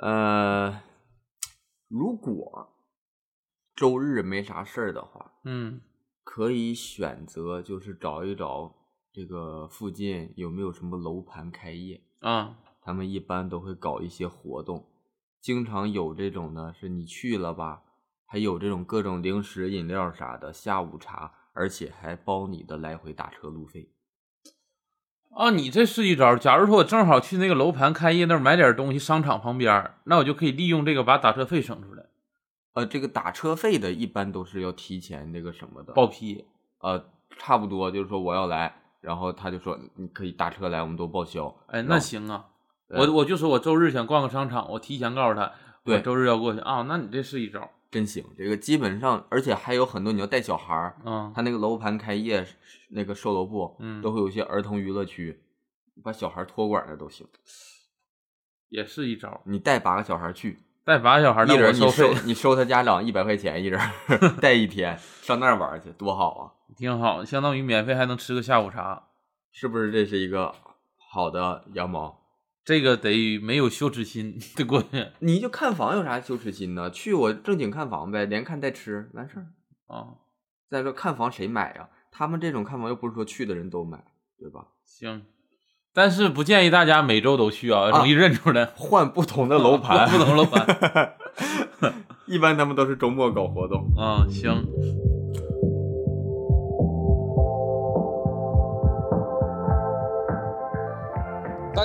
呃，如果周日没啥事儿的话，嗯可以选择就是找一找这个附近有没有什么楼盘开业，啊他们一般都会搞一些活动，经常有这种呢，是你去了吧，还有这种各种零食、饮料啥的，下午茶，而且还包你的来回打车路费。啊，你这是一招。假如说我正好去那个楼盘开业那儿买点东西，商场旁边儿，那我就可以利用这个把打车费省出来，呃，这个打车费的一般都是要提前那个什么的，报批。呃，差不多就是说我要来，然后他就说你可以打车来，我们都报销。哎，然那后行啊，哦对我我就说我周日想逛个商场，我提前告诉他，我对周日要过去啊。那你这是一招，真行，这个基本上，而且还有很多你要带小孩儿，嗯他那个楼盘开业那个售楼部，嗯都会有一些儿童娱乐区，把小孩托管着都行。也是一招。你带八个小孩去，带把小孩儿一那我人收你费收你收他家长一百块钱一人儿， 带一天上那儿玩儿去，多好啊！挺好，相当于免费还能吃个下午茶。是不是这是一个好的羊毛？这个得没有羞耻心得过去你就看房有啥羞耻心呢？去我正经看房呗，连看带吃完事儿。啊。再说看房谁买呀、他们这种看房又不是说去的人都买，对吧？行，但是不建议大家每周都去啊，容易认出来。换不同的楼盘，不同楼盘一般他们都是周末搞活动。啊，行。大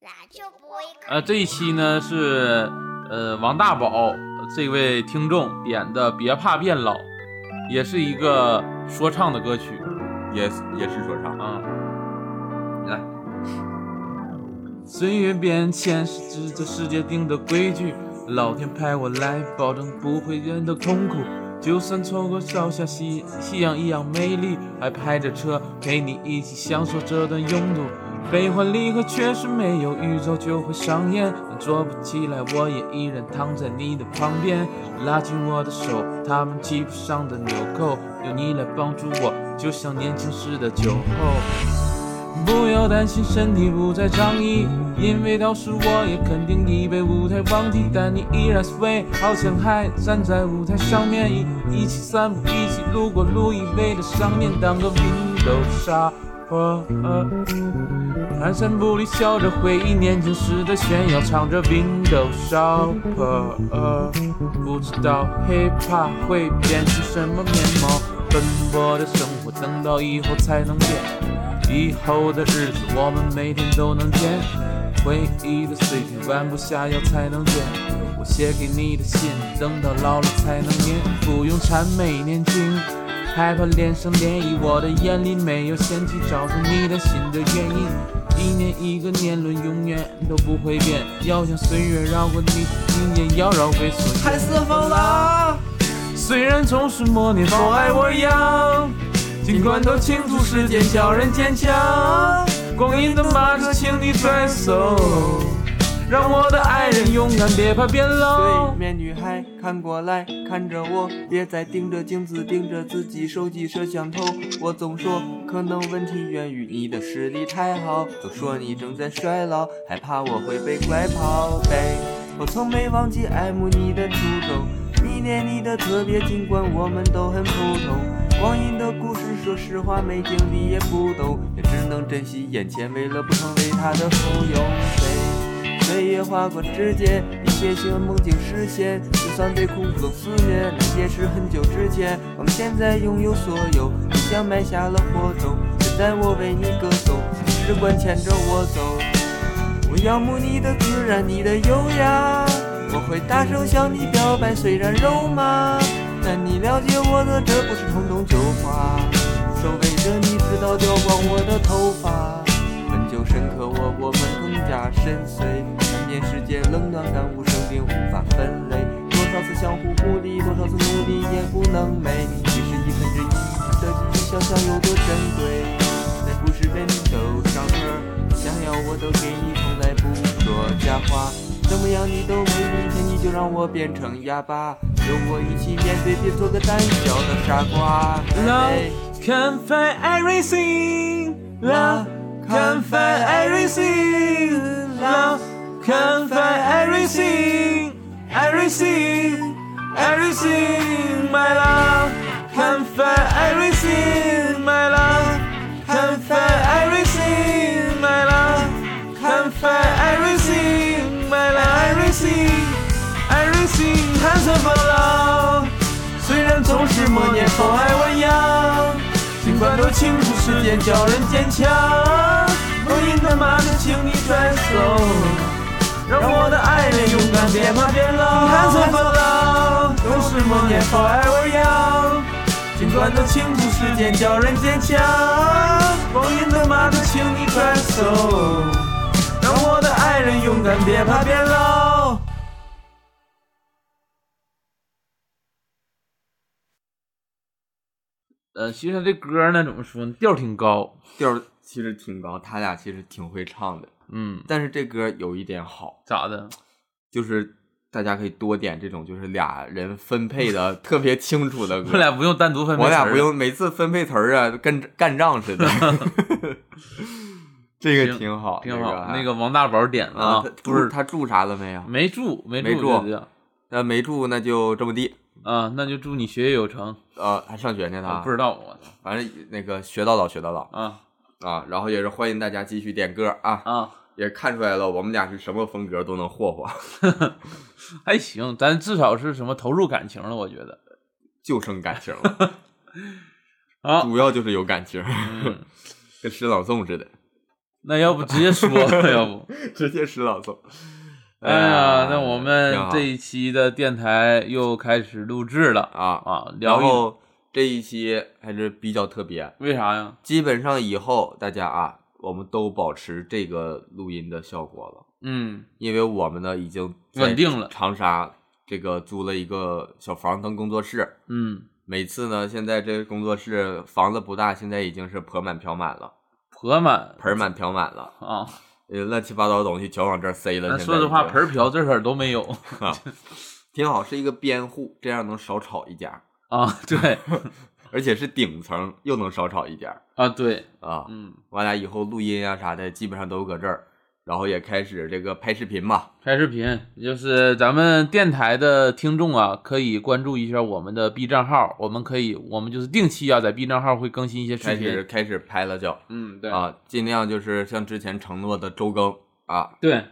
那就不会看呃，这一期呢是呃王大宝这位听众点的《别怕变老》，也是一个说唱的歌曲也也是说唱。啊。来，岁月变迁是这世界定的规矩，老天派我来，保证不会人的痛苦。就算错过朝霞夕夕阳一样美丽，还开着车陪你一起享受这段拥堵。悲欢离合确实没有预兆就会上演，但坐不起来，我也依然躺在你的旁边。拉紧我的手，他们系不上的纽扣，由你来帮助我，就像年轻时的酒后。不要担心身体不再仗义，因为到时我也肯定已被舞台忘记，但你依然 sway，好像还站在舞台上面，一一起散步，一起路过路易威的上面，当个 window shopper。蹒跚步履，笑着回忆年轻时的炫耀，唱着 Window Shopper、不呃知道 Hip Hop 会变成什么面貌，奔波的生活等到以后才能变。以后的日子我们每天都能见，回忆的碎片弯不下腰才能见。我写给你的信，等到老了才能念，不用谄媚年轻。害怕脸上涟漪，我的眼里没有嫌弃，找出你的新的原因。一年一个年轮，永远都不会变。要想岁月绕过你，你也要绕回岁月。太四方了，虽然总是默念否爱我一样，尽管都清楚世间叫人坚强。光阴的马车，请你拽走，让我的爱人勇敢，别怕变老对。面女孩看过来，看着我，别再盯着镜子，盯着自己，手机摄像头。我总说，可能问题源于你的视力太好，总说你正在衰老，害怕我会被拐跑呗。我从没忘记爱慕你的初衷，迷恋你的特别，尽管我们都很普通。光阴的故事，说实话没经历也不懂，也只能珍惜眼前，为了不成为他的附庸呗。岁月划过指尖，一些希望梦境实现。就算被苦总思念，那也是很久之前。我们现在拥有所有，你像埋下了火种。现在我为你歌颂，只管牵着我走。我仰慕你的自然，你的优雅。我会大声向你表白，虽然肉麻，但你了解我的，这不是冲动就花，手围着你，直到掉光我的头发。本就深刻我，我们更加深邃。看遍世界冷暖，感悟生病无法分类。多少次相互鼓励，多少次努力也不能美。只是一分之一的记忆，想想有多珍贵。在故事本头上课，想要我都给你，从来不说假话。怎么样你都没意见，你就让我变成哑巴。跟我一起面对，别做个胆小的傻瓜。哎 Love can find everything. Love can find everything. Love can find everything. Everything, everything. My love can find everything. My love can find everything. My love can find everything. My love, everything, everything has a love. 虽然总是默念风爱弯腰，尽管都清楚时间教人坚强。我应他妈的，请你转手，让我的爱人勇敢，别怕变老。看错不老，总是默念风爱弯腰，尽管都清楚时间教人坚强。我应他妈的，请你转手，让我的爱人勇敢，别怕变老。呃，其实他这歌呢，怎么说呢，调挺高，调儿其实挺高，他俩其实挺会唱的。嗯，但是这歌有一点好，咋的？就是大家可以多点这种，就是俩人分配 的特别清楚的歌。我俩不用单独分配我俩词儿不用每次分配词儿啊，跟干仗似 的。啊这个行挺好，挺好。那那个王大宝点的啊，他不是嗯他住啥了没有？没住，没没住对对那没住，那就这么地。啊，那就祝你学业有成。呃，还上学呢他，啊我不知道我操反正那个学到老学到老啊啊，然后也是欢迎大家继续点歌啊，啊，也看出来了，我们俩是什么风格都能霍霍，还行，咱至少是什么投入感情了，我觉得就剩感情 了，啊。主要就是有感情，嗯 跟诗朗诵似的，那要不直接说，要不， 直接诗朗诵。哎呀，那我挺们好这一期的电台又开始录制了啊，啊，然聊一后这一期还是比较特别，为啥呀？基本上以后大家啊，我们都保持这个录音的效果了，嗯，因为我们呢已经在稳定了长沙这个租了一个小房当工作室，嗯，每次呢，现在这个工作室房子不大，现在已经是盆满瓢满了，婆满盆满瓢满了，啊，呃，乱七八糟的东西全往这儿塞了。咱现在说实已话，经盆儿瓢这事儿都没有挺好，是一个边户，这样能少吵一家，啊。对而且是顶层，又能少吵一家啊，对，啊。嗯，我俩以后录音啊啥的，基本上都搁这儿，然后也开始这个拍视频嘛，拍视频，就是咱们电台的听众啊，可以关注一下我们的 B 账号，我们可以，我们就是定期啊，在 B 账号会更新一些视开始频。开始拍了就嗯，对，啊，尽量就是像之前承诺的周更啊，对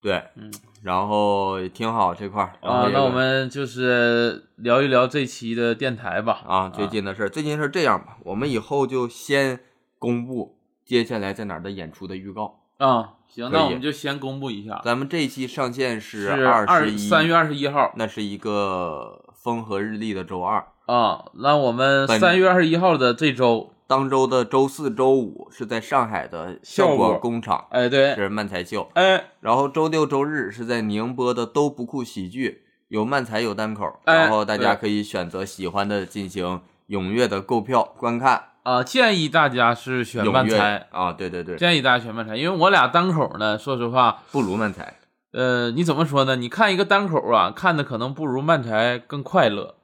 对，嗯，然后也挺好这块儿，然后啊，也那有我们就是聊一聊这期的电台吧。啊最近的事儿，最近是这样吧，我们以后就先公布接下来在哪儿的演出的预告，啊，行，可以那我们就先公布一下，咱们这一期上线是二十一三月，二十一号那是一个风和日丽的周二，啊。那我们本三月二十一号的这周，当周的周四周五是在上海的效效果果工厂哎，对，是漫才秀，哎，然后周六周日是在宁波的都不酷喜剧，有漫才有单口，哎然后大家可以选择喜欢的进行踊跃的购票观看，啊，建议大家是选踊漫跃才，啊，对对对，建议大家选漫才，因为我俩单口呢，说实话。不如漫才，呃，你怎么说呢？你看一个单口啊，看的可能不如漫才更快乐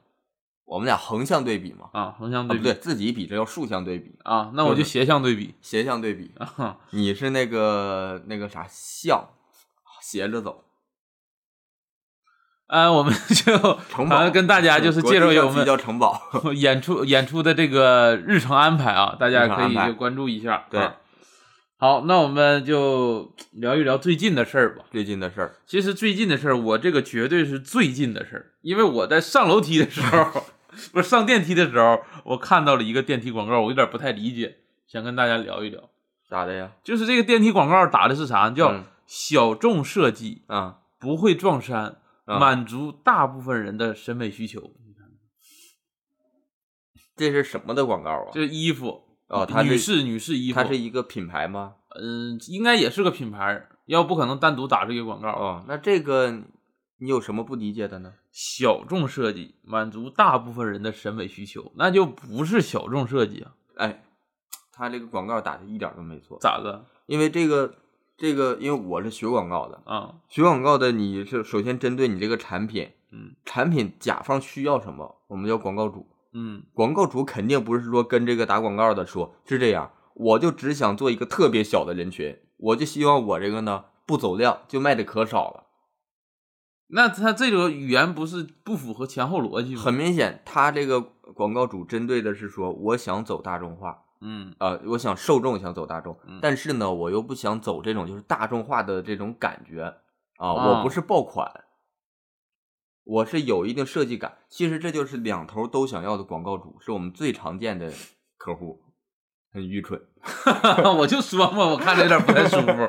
我们俩横向对比嘛，啊，横向啊对不比对，自己比这要竖向对比，啊，那我就就是斜向对比斜向对比，啊。 你是那个那个啥象，斜着走，啊，我们就 城反堡正跟大家就是介绍一下我国际象棋叫们城堡， 演出演出的这个日程安排啊，大家日程可安以排就关注一下。对啊好，那我们就聊一聊最近的事儿吧。最近的事儿，其实最近的事儿，我这个绝对是最近的事儿，因为我在上楼梯的时候，不是上电梯的时候，我看到了一个电梯广告，我有点不太理解，想跟大家聊一聊。咋的呀？就是这个电梯广告打的是啥？叫嗯小众设计，啊、不会撞衫，嗯满足大部分人的审美需求。这是什么的广告啊？这是衣服哦它是女士女士衣服，它是一个品牌吗？嗯，应该也是个品牌，要不可能单独打这个广告。啊哦，那这个你有什么不理解的呢？小众设计满足大部分人的审美需求，那就不是小众设计啊？哎，他这个广告打的一点都没错，咋的因为这个这个，因为我是学广告的，啊？学广告的你是首先针对你这个产品，嗯产品甲方需要什么，我们叫广告主。嗯广告主肯定不是说跟这个打广告的说是这样，我就只想做一个特别小的人群，我就希望我这个呢不走量，就卖的可少了。那他这个语言不是不符合前后逻辑吗？很明显，他这个广告主针对的是说，我想走大众化，嗯 呃，我想受众想走大众嗯，但是呢，我又不想走这种就是大众化的这种感觉啊、啊我不是爆款，我是有一定设计感。其实这就是两头都想要的广告主，是我们最常见的客户，很愚蠢，我就说嘛，我看着有点不太舒服。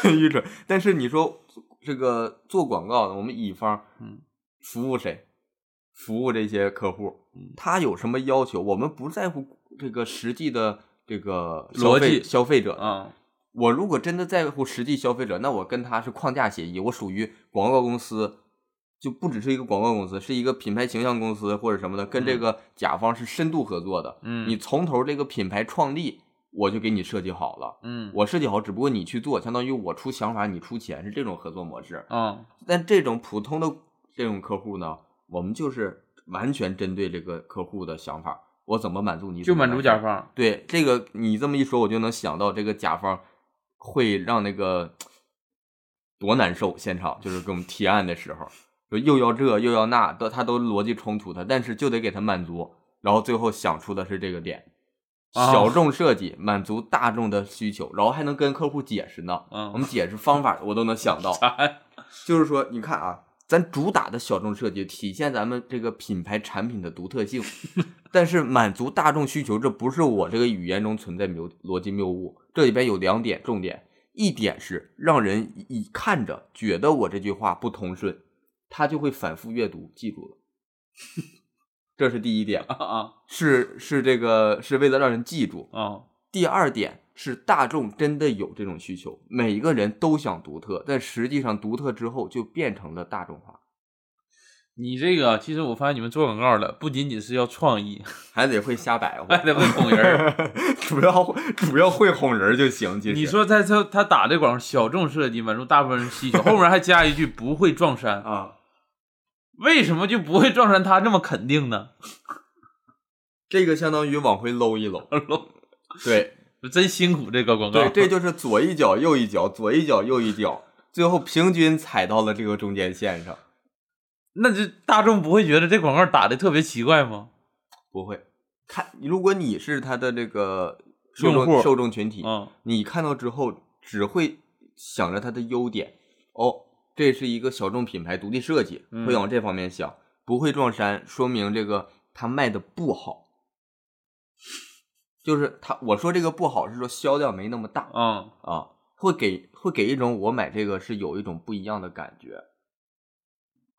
很 愚蠢。但是你说这个做广告的，我们乙方，嗯，服务谁？服务这些客户嗯，他有什么要求？我们不在乎这个实际的这个消逻费辑消费者啊，我如果真的在乎实际消费者，那我跟他是框架协议，我属于广告公司，就不只是一个广告公司，是一个品牌形象公司或者什么的，跟这个甲方是深度合作的。嗯，你从头这个品牌创立，我就给你设计好了，嗯我设计好，只不过你去做，相当于我出想法，你出钱，是这种合作模式。啊但这种普通的这种客户呢，我们就是完全针对这个客户的想法，我怎么满足你，就满足甲方。方。对这个，你这么一说，我就能想到这个甲方会让那个多难受。现场就是给我们提案的时候，就又要这又要那，都他都逻辑冲突的，但是就得给他满足。然后最后想出的是这个点，啊小众设计满足大众的需求，然后还能跟客户解释呢。嗯，我们解释方法我都能想到，哎就是说，你看啊，咱主打的小众设计体现咱们这个品牌产品的独特性，但是满足大众需求，这不是我这个语言中存在谬逻辑谬误。这里边有两点重点，一点是让人一一看着觉得我这句话不通顺，他就会反复阅读记住了， 这是第一点，啊啊是是这个是为了让人记住。啊！第二点是大众真的有这种需求，每一个人都想独特，但实际上独特之后就变成了大众化，你这个其实我发现你们做广告的不仅仅是要创意，还得会瞎白还 话，得会哄 人儿。主要主要会哄人就行。其实你说在他他打这广告小众设计满足大部分人需求，后面还加一句不会撞衫，啊，为什么就不会撞衫？他这么肯定呢？ 这个相当于往回搂一 搂，对真辛苦这个广告。对，这就是左一脚右一脚，左一脚右一脚，最后平均踩到了这个中间线上。那这大众不会觉得这广告打的特别奇怪吗？不会，看如果你是他的这个受用户众受众群体，嗯你看到之后只会想着它的优点，哦，这是一个小众品牌独立设计，嗯会往这方面想，不会撞衫，说明这个它卖的不好。就是它，我说这个不好是说销量没那么大嗯，啊，会给会给一种我买这个是有一种不一样的感觉。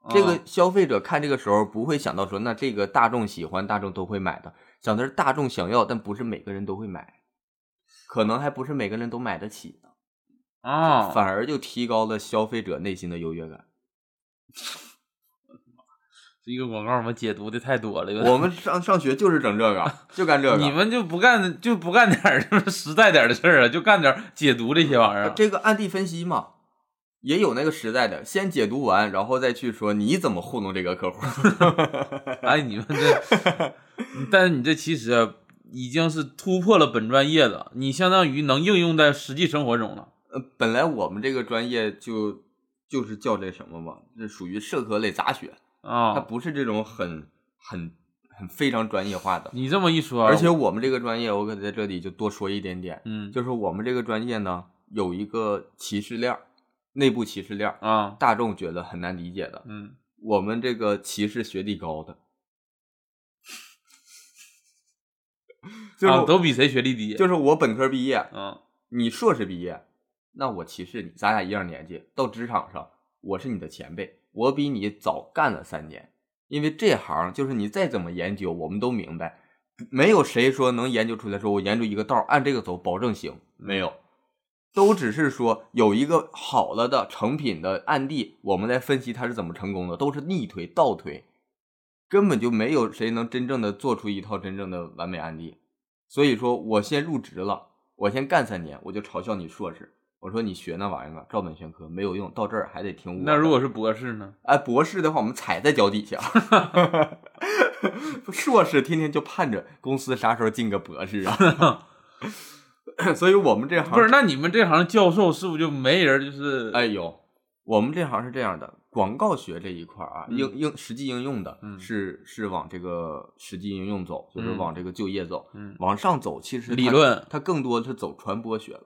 哦这个消费者看这个时候不会想到说，那这个大众喜欢，大众都会买的，想的是大众想要，但不是每个人都会买，可能还不是每个人都买得起呢，啊，反而就提高了消费者内心的优越感。这个广告我们解读的太多了，有 点我们上上学就是整这个，就干这个。 你们就不干就不干点儿就是实在点儿的事儿啊，就干点儿解读这些玩意儿呃啊。这个暗地分析嘛，也有那个时代的，先解读完，然后再去说你怎么糊弄这个客户。哎，你们这， 但是你这其实啊已经是突破了本专业了，你相当于能应用在实际生活中了。呃， 本来我们这个专业就就是叫这什么嘛，这属于社科类杂学。啊、它不是这种很很很非常专业化的。你这么一说啊，而且我们这个专业，我可在这里就多说一点点，嗯，就是我们这个专业呢有一个歧视链儿，内部歧视链儿，啊，大众觉得很难理解的。嗯，我们这个歧视学历高的， 就是啊，我都比谁学历低。就是我本科毕业，嗯，你硕士毕业，那我歧视你，咱俩一样年纪，到职场上，我是你的前辈，我比你早干了三年，因为这行就是你再怎么研究，我们都明白，没有谁说能研究出来说我研究一个道儿按这个走保证行，没有，都只是说有一个好了的成品的案例，我们来分析它是怎么成功的，都是逆推倒推，根本就没有谁能真正的做出一套真正的完美案例。所以说我先入职了，我先干三年，我就嘲笑你硕士，我说你学那玩意儿啊，照本宣科没有用，到这儿还得听我的。那如果是博士呢？ 哎，博士的话，我们踩在脚底下； 硕士天天就盼着公司啥时候进个博士啊。 所以我们这行不是，那你们这行教授是不是就没人就是？哎有，我们这行是这样的，广告学这一块儿啊，嗯应应实际应用的嗯是是往这个实际应用走，就是嗯往这个就业走，嗯，往上走其实它 理论它更多是走传播学了。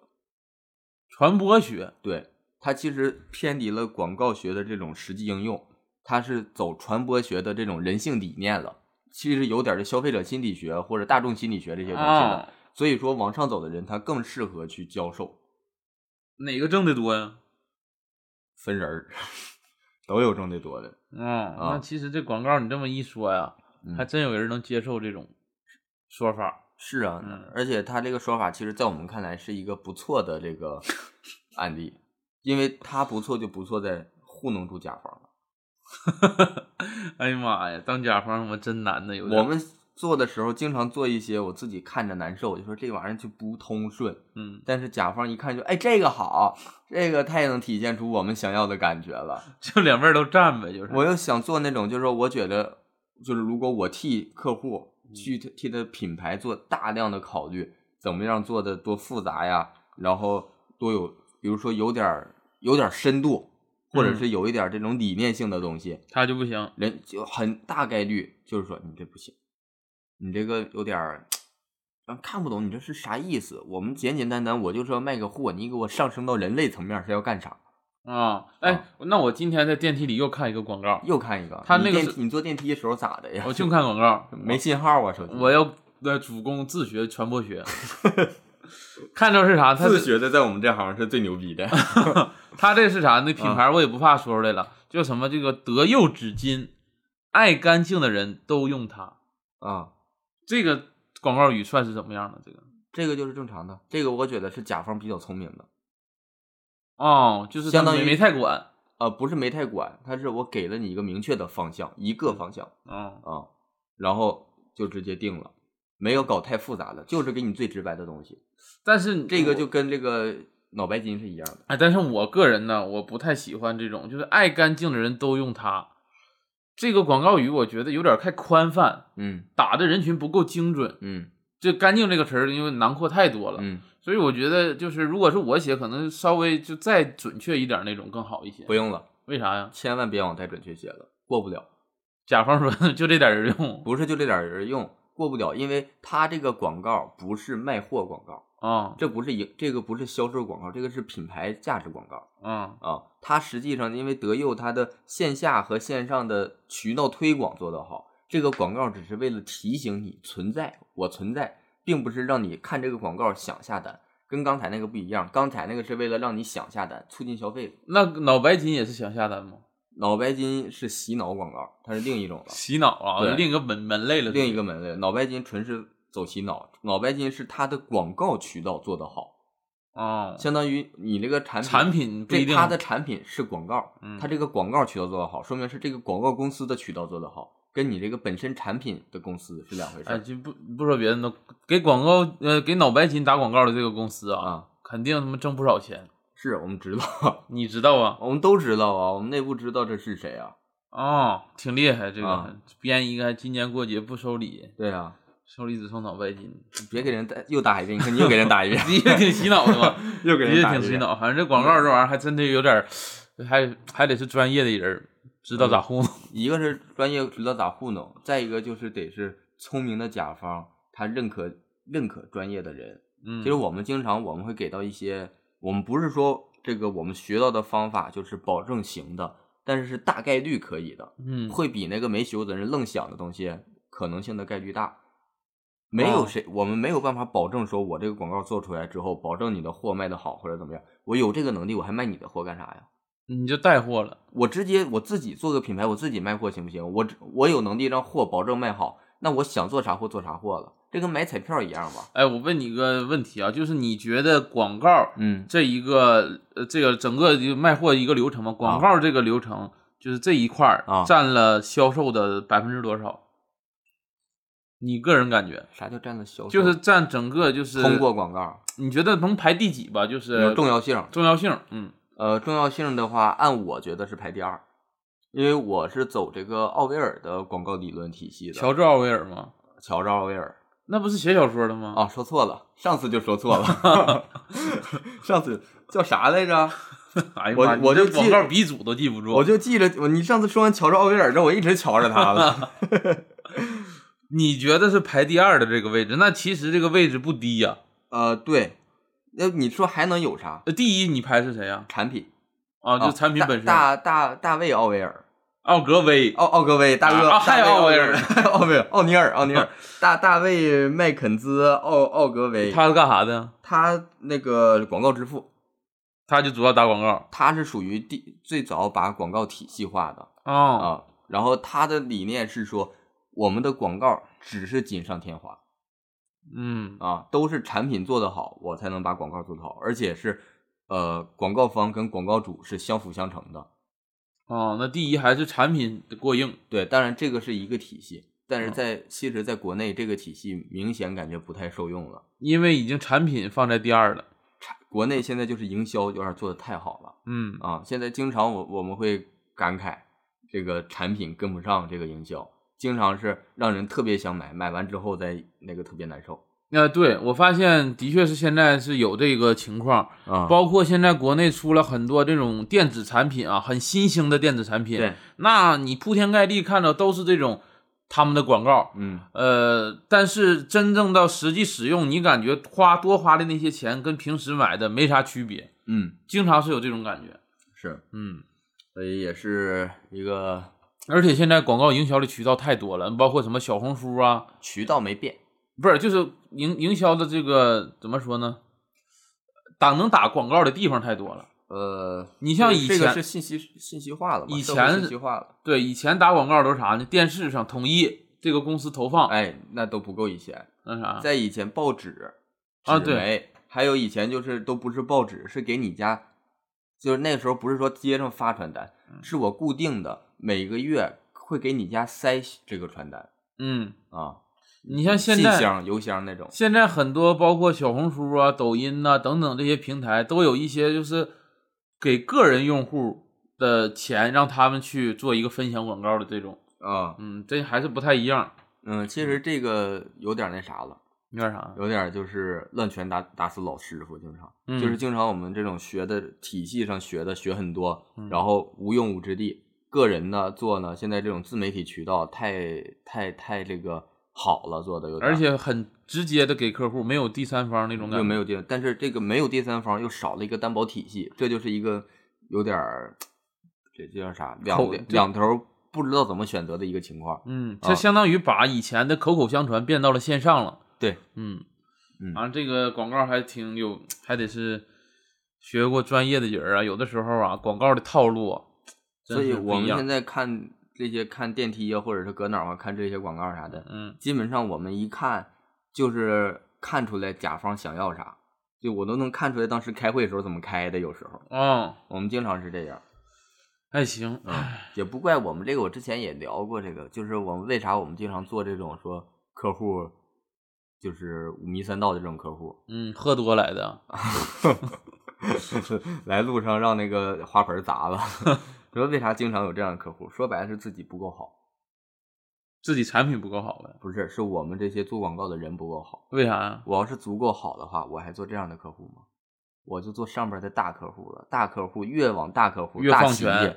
传播学，对，它其实偏离了广告学的这种实际应用，它是走传播学的这种人性理念了。其实有点儿消费者心理学或者大众心理学这些东西的，啊，所以说往上走的人他更适合去教授哪个挣得多呀？分人儿， 都有挣得多的。嗯，啊那其实这广告你这么一说呀，嗯还真有人能接受这种说法。是啊，嗯而且他这个说法，其实在我们看来是一个不错的这个案例，因为他不错就不错在糊弄住甲方了。 哎呀妈呀，当甲方我真难的有点。我们做的时候经常做一些我自己看着难受，我就说这玩意儿就不通顺，嗯，但是甲方一看就，哎，这个好，这个太能体现出我们想要的感觉了。就两边都站呗，就是。我又想做那种，就是说我觉得，就是如果我替客户嗯去替他品牌做大量的考虑，怎么样做的多复杂呀，然后多有，比如说有点儿有点儿深度，或者嗯是有一点儿这种理念性的东西，他就不行，人就很大概率就是说你这不行，你这个有点儿，咱看不懂你这是啥意思。我们简简单单，我就说卖个货，你给我上升到人类层面是要干啥？啊，哎啊，那我今天在电梯里又看一个广告，又看一个，他你那个电是梯你坐电梯的时候咋的呀？我就看广告，没信号啊，手机。我要呃主攻自学传播学， 看着是啥？他 自学的在我们这行是最牛逼的。 他这是啥？那品嗯牌我也不怕说出来了，就什么这个德佑纸巾，爱干净的人都用它。啊，这个广告语算是怎么样的？这个这个就是正常的，这个我觉得是甲方比较聪明的。哦，就是他相当于没没太管。呃，不是没太管，他是我给了你一个明确的方向，一个方向。哦，啊，然后就直接定了，没有搞太复杂的，就是给你最直白的东西。但是这个就我跟这个脑白金是一样的。哎，但是我个人呢，我不太喜欢这种，就是爱干净的人都用它。这个广告语我觉得有点太宽泛，嗯打的人群不够精准。嗯这“干净”这个词儿，因为囊括太多了，嗯，所以我觉得就是，如果是我写，可能稍微就再准确一点那种更好一些不。用了，为啥呀？千万别往太准确写了，过不了。甲方说 就这点儿人用不是就这点人用，过不了，因为他这个广告不是卖货广告，啊这不是一这个不是销售广告，这个是品牌价值广告啊啊。它实际上因为德佑它的线下和线上的渠道推广做得好，这个广告只是为了提醒你存在，我存在，并不是让你看这个广告想下单，跟刚才那个不一样。刚才那个是为了让你想下单，促进消费。那脑白金也是想下单吗？脑白金是洗脑广告，它是另一种了。洗脑啊，对另一个门门类了。另一个门类，脑白金纯是走洗脑，脑白金是它的广告渠道做得好，啊，相当于你这个产品产品不这一定啊它的产品是广告，嗯它这个广告渠道做得好，说明是这个广告公司的渠道做得好，跟你这个本身产品的公司是两回事哎，儿就不不说别的，那给广告呃给脑白金打广告的这个公司啊，啊。肯定他妈挣不少钱，是我们知道， 你知道啊？我们都知道啊，我们内部知道这是谁啊？哦，挺厉害，这个、啊编一个，今年过节不收礼，对啊，收礼只送脑白金，，别给人打又打一遍，你看你又给人打一遍 也挺洗脑的嘛， 又给也人打嗯挺一洗遍。脑。反正这广告这玩意儿还真的有点儿，还还得是专业的人儿知嗯道咋糊弄。一个是专业知道咋糊弄，再一个就是得是聪明的甲方，他认可认可专业的人。嗯，其实我们经常我们会给到一些，我们不是说这个我们学到的方法就是保证行的，但是是大概率可以的，嗯会比那个没学过的人愣想的东西可能性的概率大。没有哦谁，我们没有办法保证说我这个广告做出来之后，保证你的货卖的好或者怎么样。我有这个能力，我还卖你的货干啥呀？你就带货了，我直接我自己做个品牌，我自己卖货行不行？我只我有能力让货保证卖好，那我想做啥货做啥货了。这跟买彩票一样吧？哎，我问你个问题啊，就是你觉得广告嗯，这一个呃这个整个就卖货一个流程嘛，广告这个流程就是这一块儿啊占了销售的百分之多少？你个人感觉啥叫占了销售？就是占整个就是通过广告你觉得能排第几吧？就是有重要性。重要性，嗯呃，重要性的话，按我觉得是排第二，因为我是走这个奥威尔的广告理论体系的。乔治奥威尔吗？乔治奥威尔那不是写小说的吗？啊，说错了，上次就说错 了，上次叫啥来着？ 哎呀我妈，我你就这广记告鼻祖都记不住。我就记着我，你上次说完乔治奥威尔之后，我一直瞧着他了。你觉得是排第二的这个位置，那其实这个位置不低呀、 呃，对，那你说还能有啥呃第一你排是谁呀、产品？啊？就产哦品大本身，大哦大大卫奥威尔，奥格威，奥奥格威大哥，啊还有大奥威尔，啊奥威尔，奥尼尔，奥尼尔，大大卫麦肯兹，奥奥格威，他是干啥的？他那个广告之父，他就主要打广告。他是属于第最早把广告体系化的哦，啊。然后他的理念是说，我们的广告只是锦上添花嗯，啊，都是产品做得好，我才能把广告做得好，而且是呃，广告方跟广告主是相辅相成的。哦，那第一还是产品得过硬。对，当然这个是一个体系，但是嗯在、其实在国内这个体系明显感觉不太受用了。因为已经产品放在第二了，产国内现在就是营销有点做的太好了嗯，啊！现在经常我我们会感慨，这个产品跟不上这个营销，经常是让人特别想买，买完之后再那个特别难受那、对我发现的确是现在是有这个情况，啊。包括现在国内出了很多这种电子产品啊，很新兴的电子产品，对，那你铺天盖地看到都是这种他们的广告，嗯，呃，但是真正到实际使用，你感觉花多花的那些钱跟平时买的没啥区别，嗯，经常是有这种感觉，是，嗯。所以也是一个而且现在广告营销的渠道太多了，包括什么小红书啊，渠道没变，不是，就是营营销的这个怎么说呢？打能打广告的地方太多了。呃，你像这个以这个前是信息信息化了嘛，以社会前信息化了，对，以前打广告都是啥呢？电视上统一这个公司投放，哎，那都不够以前。那啥，在以前报纸啊纸对媒，还有以前就是都不是报纸，是给你家，就是那时候不是说街上发传单，嗯是我固定的每个月会给你家塞这个传单嗯，啊，你像现信在，箱、邮箱那种，现在很多包括小红书啊、抖音呐、等等这些平台，都有一些就是给个人用户的钱，让他们去做一个分享广告的这种，啊，嗯，这还是不太一样。嗯，其实这个有点那啥了，你点啥？啊有点就是乱拳打打死老师傅，经常。嗯就是经常我们这种学的体系上学的学很多嗯，然后无用武之地。个人呢做呢，现在这种自媒体渠道太太太这个好了，做的有点，而且很直接的给客户，没有第三方那种又感觉。啊没有第，但是这个没有第三方又少了一个担保体系，这就是一个有点儿这这叫啥两口两两头儿不知道怎么选择的一个情况。嗯，啊这相当于把以前的口口相传变到了线上了。对，嗯，嗯啊，这个广告还挺有，还得是学过专业的人啊。有的时候啊，广告的套路啊，真所以是不我一们样现在看这些看电梯啊，或者是搁哪儿啊看这些广告啥的，嗯，基本上我们一看就是看出来甲方想要啥，就我都能看出来当时开会的时候怎么开的。有时候哦，我们经常是这样，嗯还行，也不怪我们这个。我之前也聊过这个，就是我们为啥我们经常做这种说客户就是五迷三道的这种客户，嗯，喝多来的，来路上让那个花盆砸了。说为啥经常有这样的客户？说白了是自己不够好，自己产品不够好呗？不是，是我们这些做广告的人不够好。为啥啊呀？我要是足够好的话，我还做这样的客户吗？我就做上边的大客户了。大客户越往大客户、越大放企权业，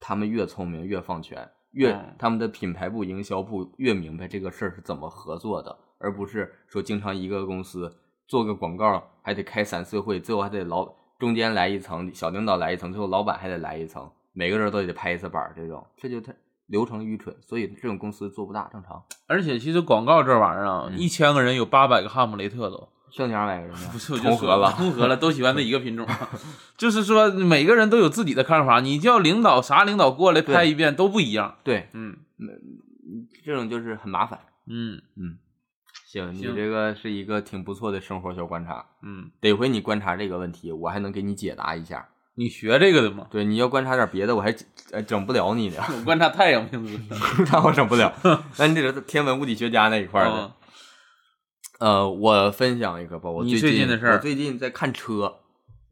他们越聪明，越放权，越、嗯他们的品牌部、营销部越明白这个事儿是怎么合作的，而不是说经常一个公司做个广告还得开三次会，最后还得老中间来一层，小领导来一层，最后老板还得来一层，每个人都得拍一次板儿，这种这就太流程愚蠢，所以这种公司做不大，正常。而且其实广告这玩意儿啊，嗯一千个人有八百个哈姆雷特都。剩下二百个人呢， 不是，我就重说，合了 重合了，嗯都喜欢那一个品种， 就是说每个人都有自己的看法，你叫领导啥领导过来拍一遍都不一样，对。嗯这种就是很麻烦。嗯嗯，行，你行这个是一个挺不错的生活小观察。嗯，得亏你观察这个问题，我还能给你解答一下。你学这个的吗？对，你要观察点别的，我还呃整不了你呢，我观察太阳瓶子那我整不 了。那你这是天文物理学家那一块儿的啊。，呃，我分享一个吧，我你最最近近的事我儿最近在看车，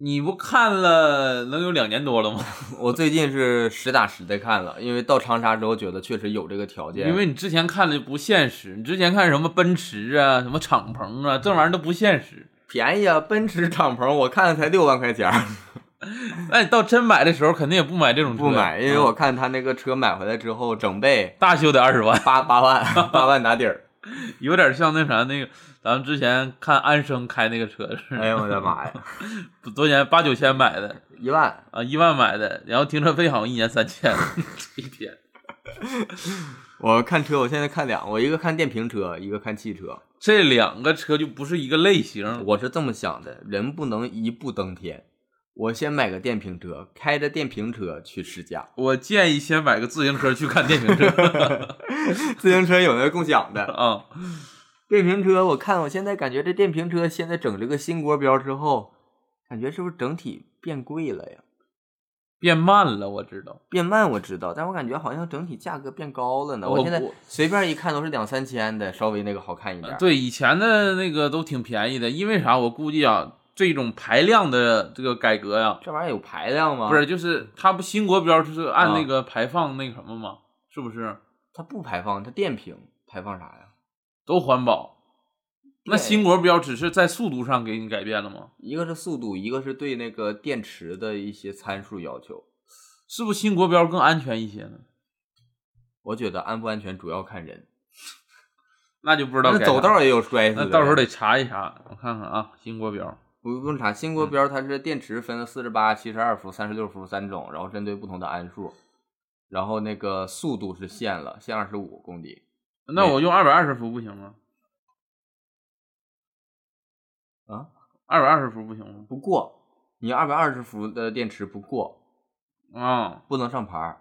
你不看了能有两年多了吗？我最近是实打实的看了，因为到长沙之后觉得确实有这个条件。因为你之前看的不现实，你之前看什么奔驰啊、什么敞篷啊，这玩意儿都不现实。便宜啊，奔驰敞篷我看了才六万块钱儿，那哎你到真买的时候，肯定也不买这种车，不买，因为嗯我看他那个车买回来之后整备大修得二 十万，八八万八万打底儿。有点像那啥那个，咱们之前看安生开那个车似 的，哎呦我的妈呀，多少钱？八九千买的一万！啊，一万买的，然后停车费好像一年三千， 一天。我看车，我现在看两，我一个看电瓶车，一个看汽车。这两个车就不是一个类型，。我是这么想的，人不能一步登天。我先买个电瓶车，开着电瓶车去试驾 我建议先买个自行车去看电瓶 车自行车有那个共享的啊，电瓶车，我看我现在感觉这电瓶车现在整这个新国标之后，感觉是不是整体变贵了呀？变慢了，我知道。变慢我知道，但我感觉好像整体价格变高了呢。我我现在哦我随便一看都是两三千的，稍微那个好看一点。，对，以前的那个都挺便宜的，因为啥？我估计啊，这种排量的这个改革啊呀、这玩意儿有排量吗？不是，，就是它不新国标就是按啊那个排放那个什么嘛，是不是？它不排放，它电瓶排放啥呀？都环保。那对新国标只是在速度上给你改变了吗？一个是速度，一个是对那个电池的一些参数要求。是不是新国标更安全一些呢？我觉得安不安全主要看人，那就不知道那该走啥道也有摔死的那人。到时候得查一查，我看看啊，新国标。不用查新嗯国标，它是电池分了四十八、七十二伏、三十六伏三种，然后针对不同的安数，然后那个速度是限了，限二十五公里。那我用二百二十伏不行吗？啊，二百二十伏不行吗？不过你二百二十伏的电池不过，啊不能上牌儿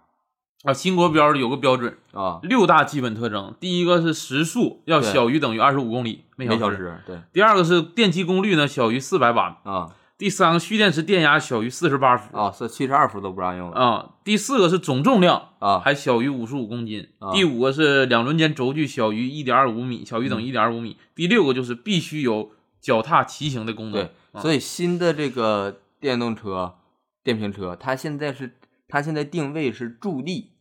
啊，新国标有个标准，啊，六大基本特征，第一个是时速要对小于等于二十五公里每每小时，时对第二个是电机功率呢小于四百瓦，啊第三个蓄电池电压小于四十八伏啊，是七十二伏都不让用了啊，第四个是总重量啊，还小于五十五公斤啊，第五个是两轮间轴距小于一点二五米，小于嗯等于一点二五米，第六个就是必须有脚踏骑行的功能对，，所以新的这个电动车、电瓶车，它现在是它现在定位是助力，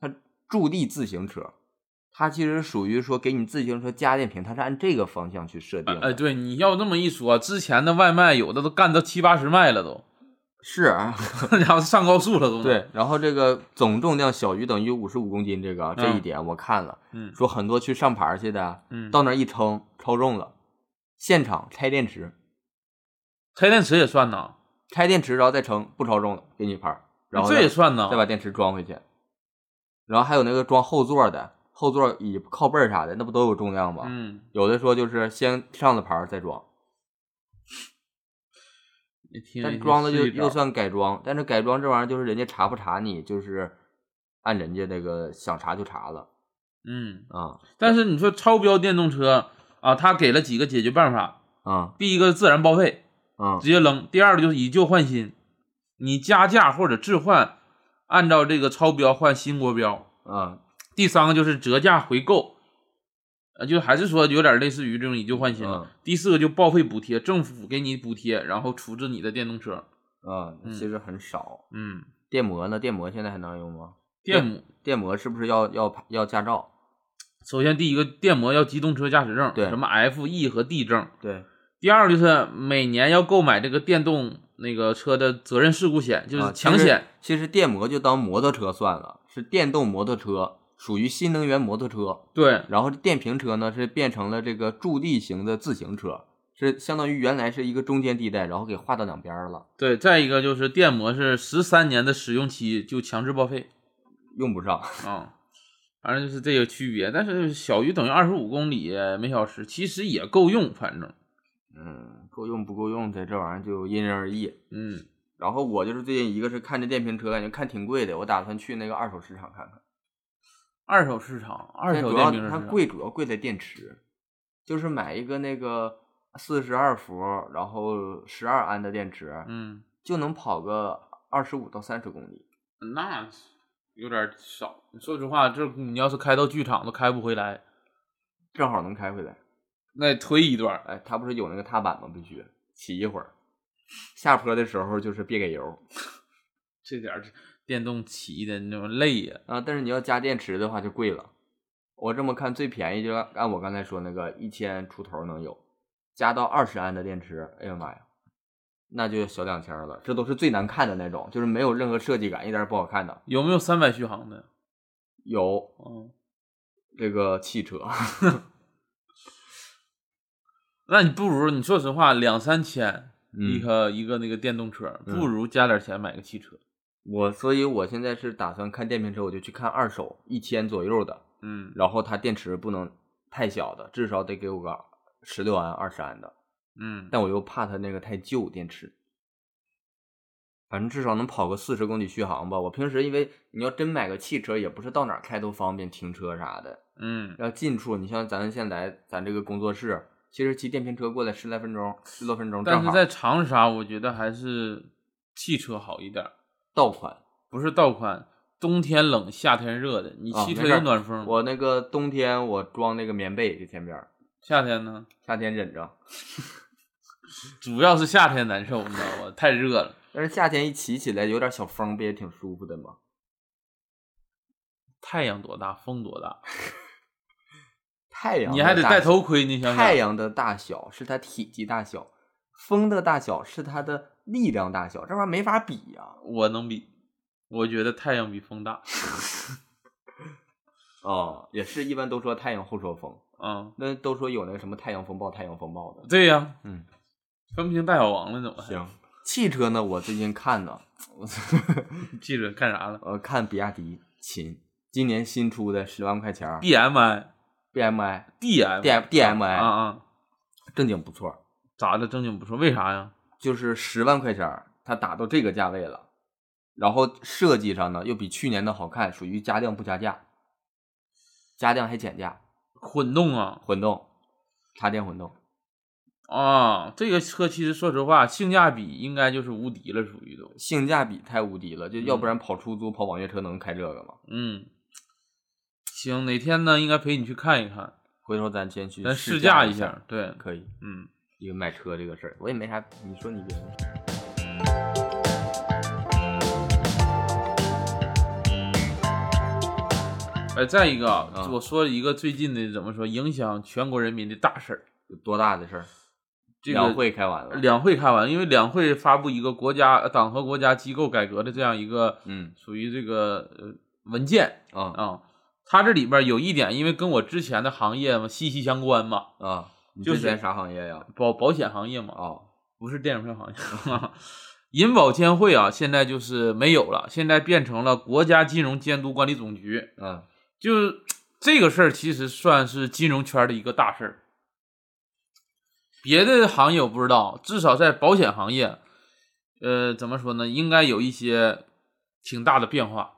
它助力自行车，它其实属于说给你自行车加电瓶，它是按这个方向去设定哎的。哎，对，你要这么一说，啊之前的外卖有的都干到七八十迈了都， 是啊，然后上高速了都。， 对。然后这个总重量小于等于五十五公斤，这个这一嗯点我看了，嗯说很多去上牌去的，嗯，到那儿一称超重了，现场拆电池，拆电池也算呐，拆电池然后再称不超重了，给你牌儿，然后这再也算呐，再把电池装回去。然后还有那个装后座的，后座椅靠背儿啥的，那不都有重量吗？嗯，有的说就是先上了牌儿再装，也挺啊但装了也就是一招又算改装，但是改装这玩意儿就是人家查不查你，就是按人家那个想查就查了嗯。啊但是你说超标电动车啊，它给了几个解决办法。啊第一个自然报废，啊直接扔；第二个就是以旧换新，你加价或者置换，按照这个超标换新国标。啊！第三个就是折价回购，呃，就还是说有点类似于这种以旧换新嗯了。第四个就报废补贴，政府给你补贴，然后处置你的电动车。啊，其实很少。嗯，电摩呢？电摩现在还能用吗？电摩电摩是不是要要要驾照？首先第一个电摩要机动车驾驶证，对什么 F、E 和 D 证。对，第二就是每年要购买这个电动那个车的责任事故险，就是啊强险。。其实其实电摩就当摩托车算了，是电动摩托车，属于新能源摩托车。对，然后这电瓶车呢是变成了这个助力型的自行车，是相当于原来是一个中间地带，然后给划到两边儿了，对，再一个就是电摩是十三年的使用期就强制报废用不上。啊，反正就是这个区别。但是小于等于二十五公里每小时，其实也够用，反正嗯，够用不够用的这玩意儿就因人而异。嗯，然后我就是最近一个是看这电瓶车，感觉看挺贵的，我打算去那个二手市场看看。二手市场，二但手主要电瓶车市它场贵，主要贵在电池。就是买一个那个四十二伏，然后十二安的电池，嗯，就能跑个二十五到三十公里。那有点少。说实话，这你要是开到剧场都开不回来，正好能开回来。那得推一段儿。哎，它不是有那个踏板吗？必须骑一会儿，下坡的时候就是别给油这点儿电动骑的那么累呀、啊。但是你要加电池的话就贵了。我这么看，最便宜就按按我刚才说那个一千出头能有，加到二十安的电池，哎呀妈呀，那就小两千了。这都是最难看的那种，就是没有任何设计感，一点儿也不好看的。有没有三百续航的？有嗯，这个汽车， 那你不如你说实话，两三千一嗯，个、一个那个电动车，嗯不如加点钱买个汽车。我所以我现在是打算看电瓶车，我就去看二手一千左右的，嗯，然后它电池不能太小的，至少得给我个十六安、二十安的，嗯，但我又怕它那个太旧电池。反正至少能跑个四十公里续航吧。我平时因为你要真买个汽车，也不是到哪儿开都方便，停车啥的。嗯，要近处，你像咱现在咱这个工作室，其实骑电瓶车过来十来分钟、十多分钟正但好。是在长沙，我觉得还是汽车好一点儿，倒款，不是倒宽，冬天冷，夏天热的，你啊汽没车事有儿暖风，我那个冬天我装那个棉被，就前边儿，夏天呢，夏天忍着，主要是夏天难受，你知道吧？太热了，但是夏天一骑起来有点小风，不也挺舒服的吗？太阳多大，风多大，太阳你还的得大戴小头盔，你想想，太阳的大小是它体积大小，风的大小是它的力量大小，这玩意儿没法比呀、我能比，我觉得太阳比风大，哦，也是一般都说太阳后说风，嗯，那都说有那个什么太阳风暴、太阳风暴的。对呀、嗯，分不清大小王了，怎么还？行。汽车呢？我最近看呢，我记着干啥了我看比亚迪秦，今年新出的十万块钱儿？B M I ，BMI D M D D M 啊 I 啊，正经不错，咋的？正经不说，为啥呀？就是十万块钱儿，它打到这个价位了，然后设计上呢又比去年的好看，属于加量不加价，加量还减价，混动啊混动，插电混动，啊！这个车其实说实话，性价比应该就是无敌了，属于都。性价比太无敌了，就要不嗯然跑出租、跑网约车能开这个吗？嗯，行，哪天呢？应该陪你去看一看，回头咱先去咱试试驾一一下。对，可以。嗯。因为买车这个事儿，我也没啥，你说你别的。哎，再一个啊，啊我说一个最近的怎么说，影响全国人民的大事儿。有多大的事儿？这个两会开完了，两会开完，因为两会发布一个国家呃党和国家机构改革的这样一个，嗯属于这个呃文件啊啊。它这里边有一点，因为跟我之前的行业嘛息息相关嘛，啊！你就之是前啥行业呀？保保险行业嘛，哦，不是电影票行业。 银保监会啊，现在就是没有了，现在变成了国家金融监督管理总局。嗯就是这个事儿，其实算是金融圈的一个大事儿。别的行业我不知道，至少在保险行业，呃，怎么说呢，应该有一些挺大的变化。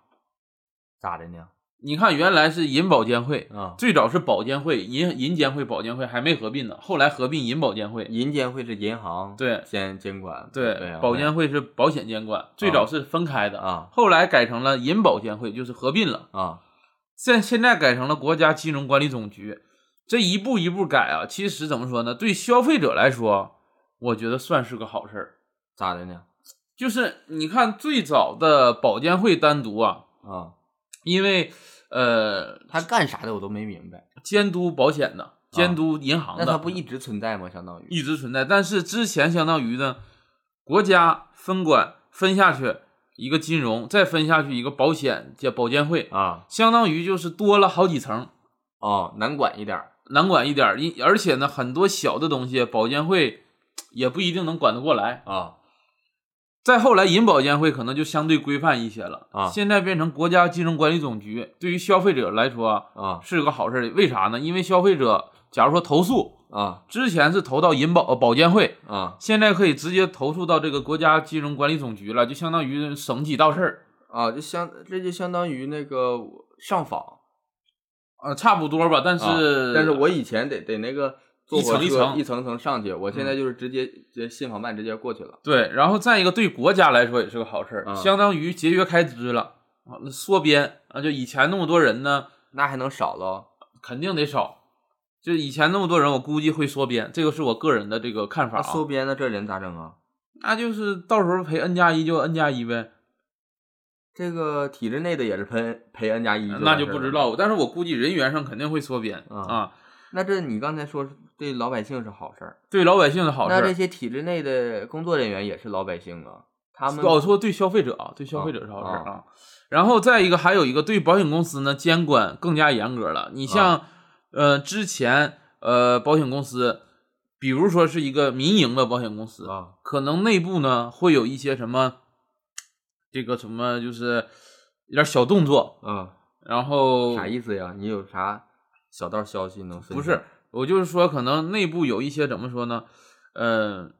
咋的呢？你看，原来是银保监会，啊，最早是保监会，银银监会、保监会还没合并呢，后来合并银保监会。银监会是银行对监监管，对，对啊，保监会是保险监管，最早是分开的，啊后来改成了银保监会，就是合并了。啊，现现在改成了国家金融管理总局，这一步一步改啊，其实怎么说呢？对消费者来说，我觉得算是个好事儿。咋的呢？就是你看最早的保监会单独啊，啊，因为呃他干啥的我都没明白。监督保险的、监督银啊行那的，他不一直存在吗？相当于啊一直存在，但是之前相当于呢，国家分管分下去一个金融，再分下去一个保险叫保监会，啊相当于就是多了好几层。哦，难管一点儿难管一点儿，因而且呢，很多小的东西保监会也不一定能管得过来。啊再后来，银保监会可能就相对规范一些了啊现在变成国家金融管理总局，对于消费者来说啊是个好事儿。为啥呢？因为消费者假如说投诉，啊之前是投到银保呃保监会，啊现在可以直接投诉到这个国家金融管理总局了，就相当于省级到事儿。啊！就相这就相当于那个上访，啊呃，差不多吧，但是、啊但是我以前得得那个坐一火车层一嗯层一层层上去。我现在就是直接直接信访办直接过去了。对，然后再一个，对国家来说也是个好事儿，嗯相当于节约开支了，啊那缩编啊，就以前那么多人呢，那还能少喽？肯定得少。就以前那么多人，我估计会缩编，这个是我个人的这个看法那啊。收编的这人咋整啊？那就是到时候赔 n 加一就 n 加一呗，这个体制内的也是赔赔 n 加一，呃那就不知。道。但是我估计人员上肯定会缩编、嗯啊，那这你刚才说是对老百姓是好事儿，对老百姓的好事那这儿。些体制内的工作人员也是老百姓啊，他们哦我说对消费者啊，对消费者是好事儿啊啊。然后再一个，还有一个对保险公司呢监管更加严格了。你像、啊呃之前呃保险公司，比如说是一个民营的保险公司，啊，可能内部呢会有一些什么这个什么就是有点小动作，嗯，然后啥意思呀？你有啥小道消息能分享？不是，我就是说，可能内部有一些怎么说呢？呃，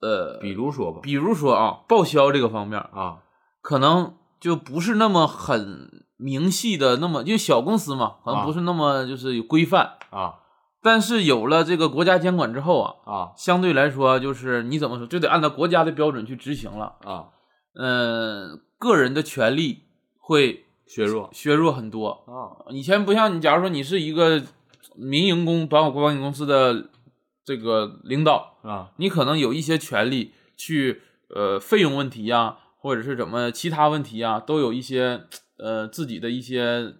呃，比如说吧，比如说啊，报销这个方面，啊，可能就不是那么很明细的，那么因为小公司嘛，可能啊不是那么就是有规范。啊但是有了这个国家监管之后啊，啊相对来说就是你怎么说，就得按照国家的标准去执行了。啊，嗯、个人的权利会削弱削弱很多。啊以前不像你，假如说你是一个民营公保险保险公司的这个领导，啊你可能有一些权利去呃费用问题呀、或者是怎么其他问题呀、都有一些呃自己的一些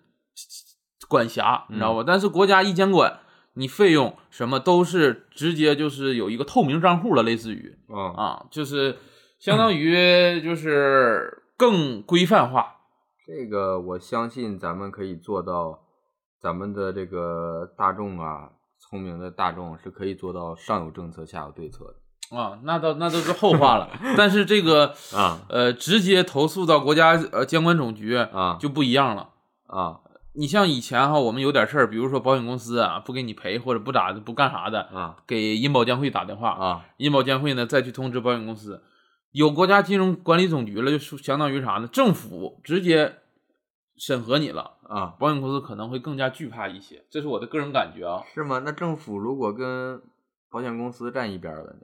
管辖，你知道吧？嗯但是国家一监管，你费用什么都是直接就是有一个透明账户了，类似于啊，啊，就是相当于就是更规范化。这个我相信咱们可以做到，咱们的这个大众啊，聪明的大众是可以做到上有政策下有对策的啊，那倒那都是后话 了。但是这个啊呃，直接投诉到国家呃监管总局啊就不一样了。啊你像以前哈，我们有点事儿，比如说保险公司啊不给你赔或者不咋不干啥的，啊给银保监会打电话，啊银保监会呢再去通知保险公司。有国家金融管理总局了，就是相当于啥呢？政府直接审核你了，啊，保险公司可能会更加惧怕一些，这是我的个人感觉啊。是吗？那政府如果跟保险公司站一边儿了呢？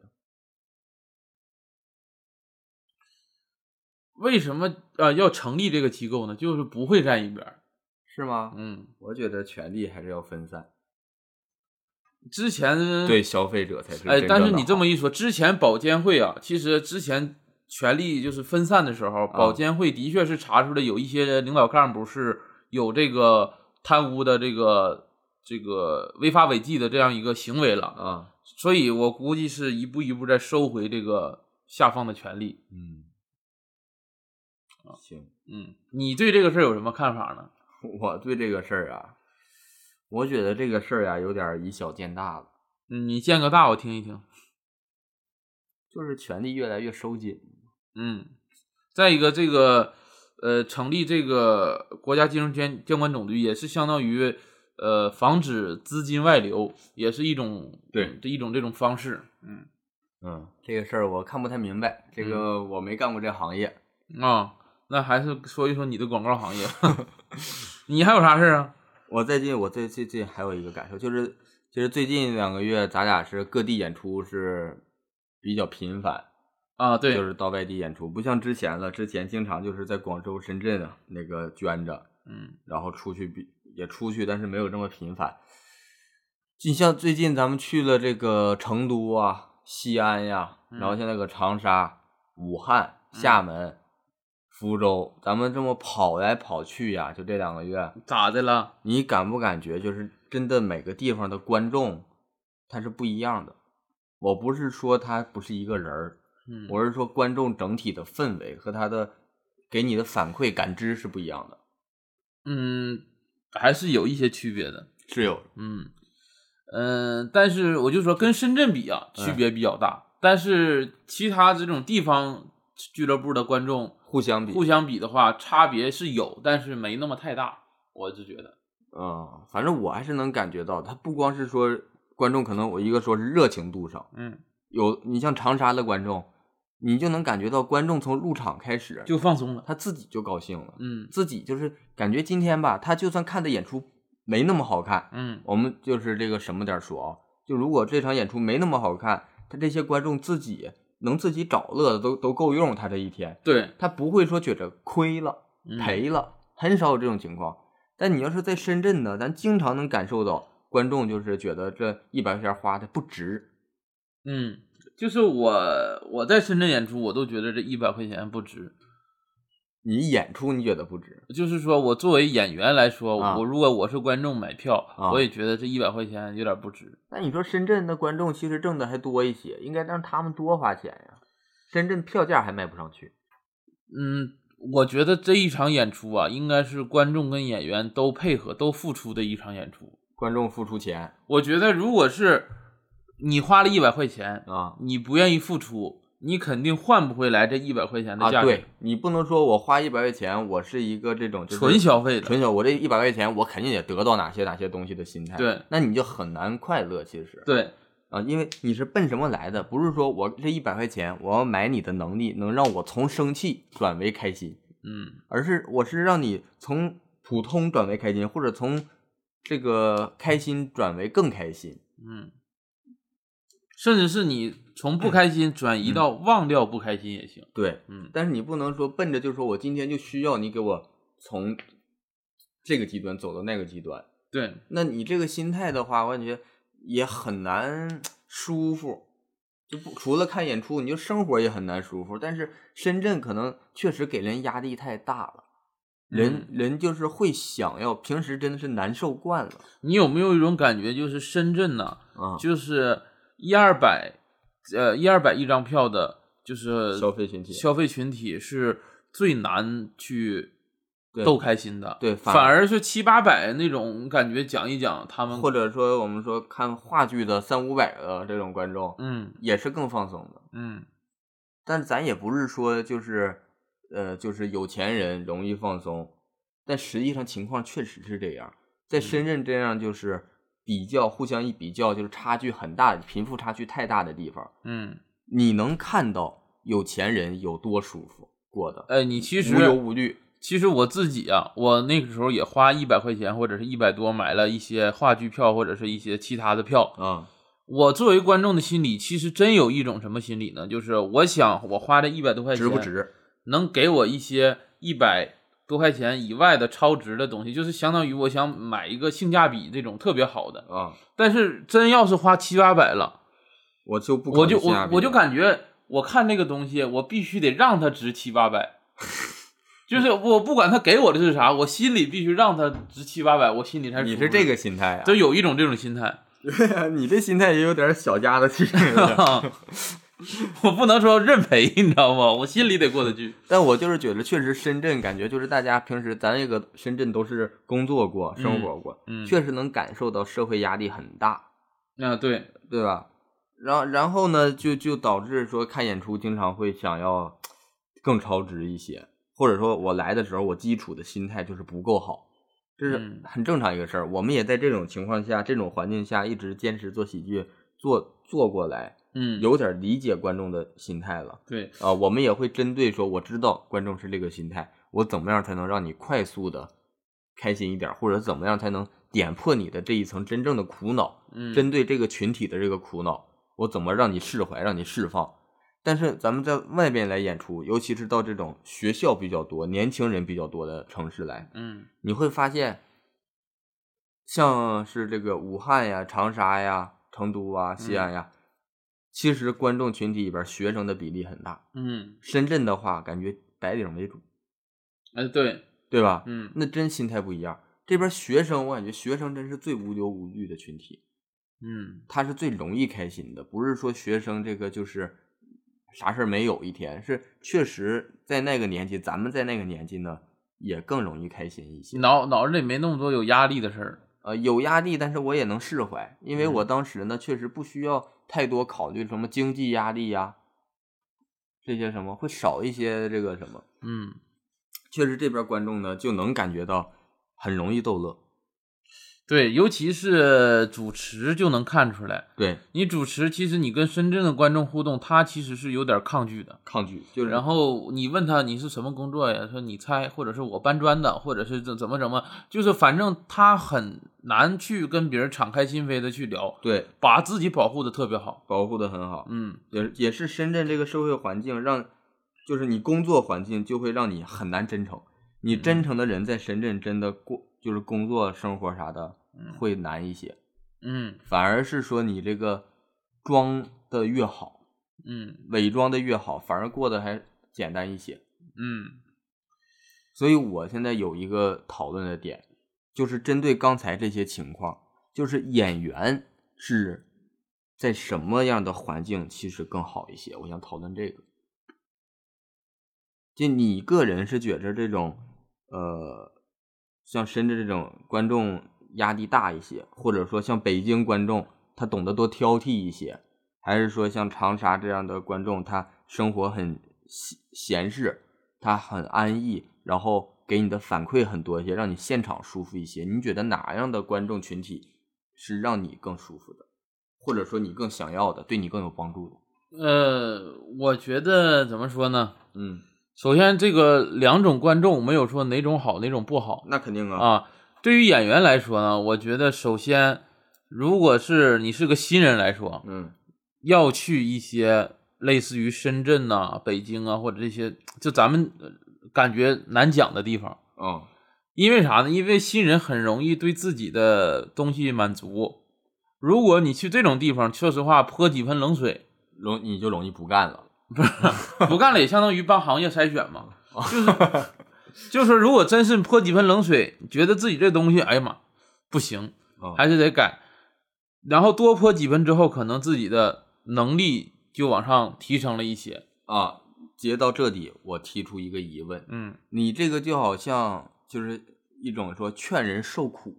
为什么呃要成立这个机构呢？就是不会站一边儿，是吗？嗯，我觉得权力还是要分散，之前对消费者才是哎，真但正是的你这好么一说，之前保监会啊，其实之前权力就是分散的时候，保监会的确是查出来有一些领导干部是有这个贪污的这个这个违法违纪的这样一个行为了，啊，所以我估计是一步一步在收回这个下放的权利。嗯，行。嗯，你对这个事儿有什么看法呢？ 我对这个事儿啊，我觉得这个事儿啊有点儿以小见大了，嗯你见个大我听一听。就是权力越来越收紧。嗯，再一个，这个呃，成立这个国家金融监监管总局也是相当于呃，防止资金外流，也是一种对这一种这种方式。嗯嗯，这个事儿我看不太明白，这个我没干过这行业。啊、那还是说一说你的广告 行业，你还有啥事儿啊？我最近我最最近还有一个感受，就是就是最近两个月咱俩是各地演出是比较频繁，啊，对，就是到外地演出，不像之前了，之前经常就是在广州、深圳啊那个捐着，嗯然后出去比也出去，但是没有这么频繁。你像最近咱们去了这个成都啊、西安呀、嗯然后像那个长沙、武汉、厦门、福州，咱们这么跑来跑去呀、就这两个月，咋的了？你感不感觉就是真的每个地方的观众他是不一样的？我不是说他不是一个人儿，嗯，我是说观众整体的氛围和他的给你的反馈感知是不一样的，嗯，还是有一些区别的。是有嗯嗯，但是我就说跟深圳比啊，区嗯别比较大。但是其他这种地方俱乐部的观众互相比，互相比的话，差别是有，但是没那么太大。我是觉得，嗯，反正我还是能感觉到，他不光是说观众，可能我一个说是热情度上，嗯，有你像长沙的观众，你就能感觉到观众从入场开始就放松了。他自己就高兴了，嗯自己就是感觉今天吧，他就算看的演出没那么好看，嗯我们就是这个什么点儿说啊，就如果这场演出没那么好看，他这些观众自己能自己找乐子都都够用他这一天，对，他不会说觉着亏了、嗯赔了，很少有这种情况。但你要是在深圳呢，咱经常能感受到观众就是觉得这一百块钱花的不值。嗯，就是我我在深圳演出，我都觉得这一百块钱不值。你演出你觉得不值，就是说我作为演员来说，啊我如果我是观众买票，啊我也觉得这一百块钱有点不值。那你说深圳的观众其实挣的还多一些，应该让他们多花钱呀、深圳票价还卖不上去，嗯，我觉得这一场演出啊，应该是观众跟演员都配合、都付出的一场演出。观众付出钱我觉得如果是你花了一百块钱，啊你不愿意付出，你肯定换不回来这一百块钱的啊！价对值，你不能说我花一百块钱，我是一个这种就是纯消费的。纯小，我这一百块钱我肯定也得到哪些哪些东西的心态，对，那你就很难快乐其实，对，啊，因为你是奔什么来的？不是说我这一百块钱我要买你的能力，能让我从生气转为开心，嗯，而是我是让你从普通转为开心，或者从这个开心转为更开心。嗯，甚至是你从不开心转嗯移到忘掉不开心也行。对，嗯，但是你不能说奔着就说我今天就需要你给我从这个极端走到那个极端，对，那你这个心态的话，我感觉也很难舒服。就不除了看演出，你就生活也很难舒服。但是深圳可能确实给人压力太大了，人、人就是会想要，平时真的是难受惯了你有没有一种感觉，就是深圳呐，啊。就是一二百，呃，一二百一张票的，就是消费群体消费群体是最难去对逗开心的。对反反而是七八百那种感觉，讲一讲他们或者说我们说看话剧的三五百的这种观众，嗯也是更放松的。嗯但咱也不是说就是，呃，就是有钱人容易放松，但实际上情况确实是这样。在嗯深圳这样就是比较互相一比较，就是差距很大，贫富差距太大的地方，嗯，你能看到有钱人有多舒服过的，哎，你其实无忧无虑。其实我自己啊，我那个时候也花一百块钱或者是一百多买了一些话剧票或者是一些其他的票。啊我作为观众的心理，其实真有一种什么心理呢？就是我想我花这一百多块钱值不，值？能给我一些一百多块钱以外的超值的东西，就是相当于我想买一个性价比这种特别好的。啊，但是真要是花七八百了，我就不考我虑就性价我比我就了感觉我看这个东西，我必须得让它值七 八百，就是我不管他给我的是啥，我心里必须让它值七八百，我心里才你舒是服这，个心态啊？就有一种这种心态。对呀、 你这心态也有点小家子 气了。啊我不能说认赔，你知道吗？我心里得过得去。但我就是觉得，确实深圳感觉就是大家平时咱这个深圳都是工作过、生活过，嗯，确实能感受到社会压力很大，啊，对，对吧？然后然后呢，就就导致说看演出经常会想要更超值一些，或者说我来的时候我基础的心态就是不够好，这是嗯很正常一个事儿。我们也在这种情况下、这种环境下一直坚持做喜剧，做做过来，嗯，有点理解观众的心态了。对，啊、我们也会针对说，我知道观众是这个心态，我怎么样才能让你快速的开心一点儿，或者怎么样才能点破你的这一层真正的苦恼，嗯，针对这个群体的这个苦恼，我怎么让你释怀，让你释放。但是咱们在外边来演出，尤其是到这种学校比较多、年轻人比较多的城市来，嗯你会发现，像是这个武汉呀、长沙呀、成都啊、西安呀，其实观众群体里边儿学生的比例很大。嗯，深圳的话，感觉白领为主，哎，对，对吧？嗯那真心态不一样。这边学生，我感觉学生真是最无忧无虑的群体，嗯他是最容易开心的。不是说学生这个就是啥事儿没有一天，是确实在那个年纪，咱们在那个年纪呢，也更容易开心一些。脑脑子里没那么多有压力的事儿。呃，有压力，但是我也能释怀，因为嗯我当时呢，确实不需要太多考虑什么经济压力呀、这些什么会少一些这个什么。嗯，确实这边观众呢就能感觉到很容易逗乐。对，尤其是主持就能看出来，对，你主持其实你跟深圳的观众互动，他其实是有点抗拒的。抗拒就是，然后你问他你是什么工作呀？说你猜，或者是我搬砖的，或者是怎怎么怎么，就是反正他很难去跟别人敞开心扉的去聊，对把自己保护的特别好。保护的很好，嗯，也也是深圳这个社会环境让，就是你工作环境就会让你很难真诚。你嗯真诚的人在深圳真的过就是工作生活啥的嗯会难一些，嗯反而是说你这个装的越好，嗯伪装的越好，反而过得还简单一些。嗯所以我现在有一个讨论的点，就是针对刚才这些情况，就是演员是在什么样的环境其实更好一些？我想讨论这个。就你个人是觉着这种，呃，像深圳这种观众压力大一些，或者说像北京观众他懂得多挑剔一些，还是说像长沙这样的观众他生活很闲闲适，他很安逸，然后给你的反馈很多一些，让你现场舒服一些。你觉得哪样的观众群体是让你更舒服的，或者说你更想要的，对你更有帮助的？呃，我觉得怎么说呢？嗯，首先，这个两种观众没有说哪种好，哪种不好。那肯定啊，啊，对于演员来说呢，我觉得首先，如果是你是个新人来说，嗯，要去一些类似于深圳呐、北京啊，或者这些就咱们呃感觉难讲的地方，哦，因为啥呢？因为新人很容易对自己的东西满足。如果你去这种地方，说实话泼几盆冷水，容你就容易不干了。不干了也相当于帮行业筛选嘛。就是，就是说，如果真是泼几盆冷水，觉得自己这东西，哎呀妈，不行，哦还是得改。然后多泼几分之后，可能自己的能力就往上提升了一些。啊，截到这里，我提出一个疑问，嗯你这个就好像就是一种说劝人受苦，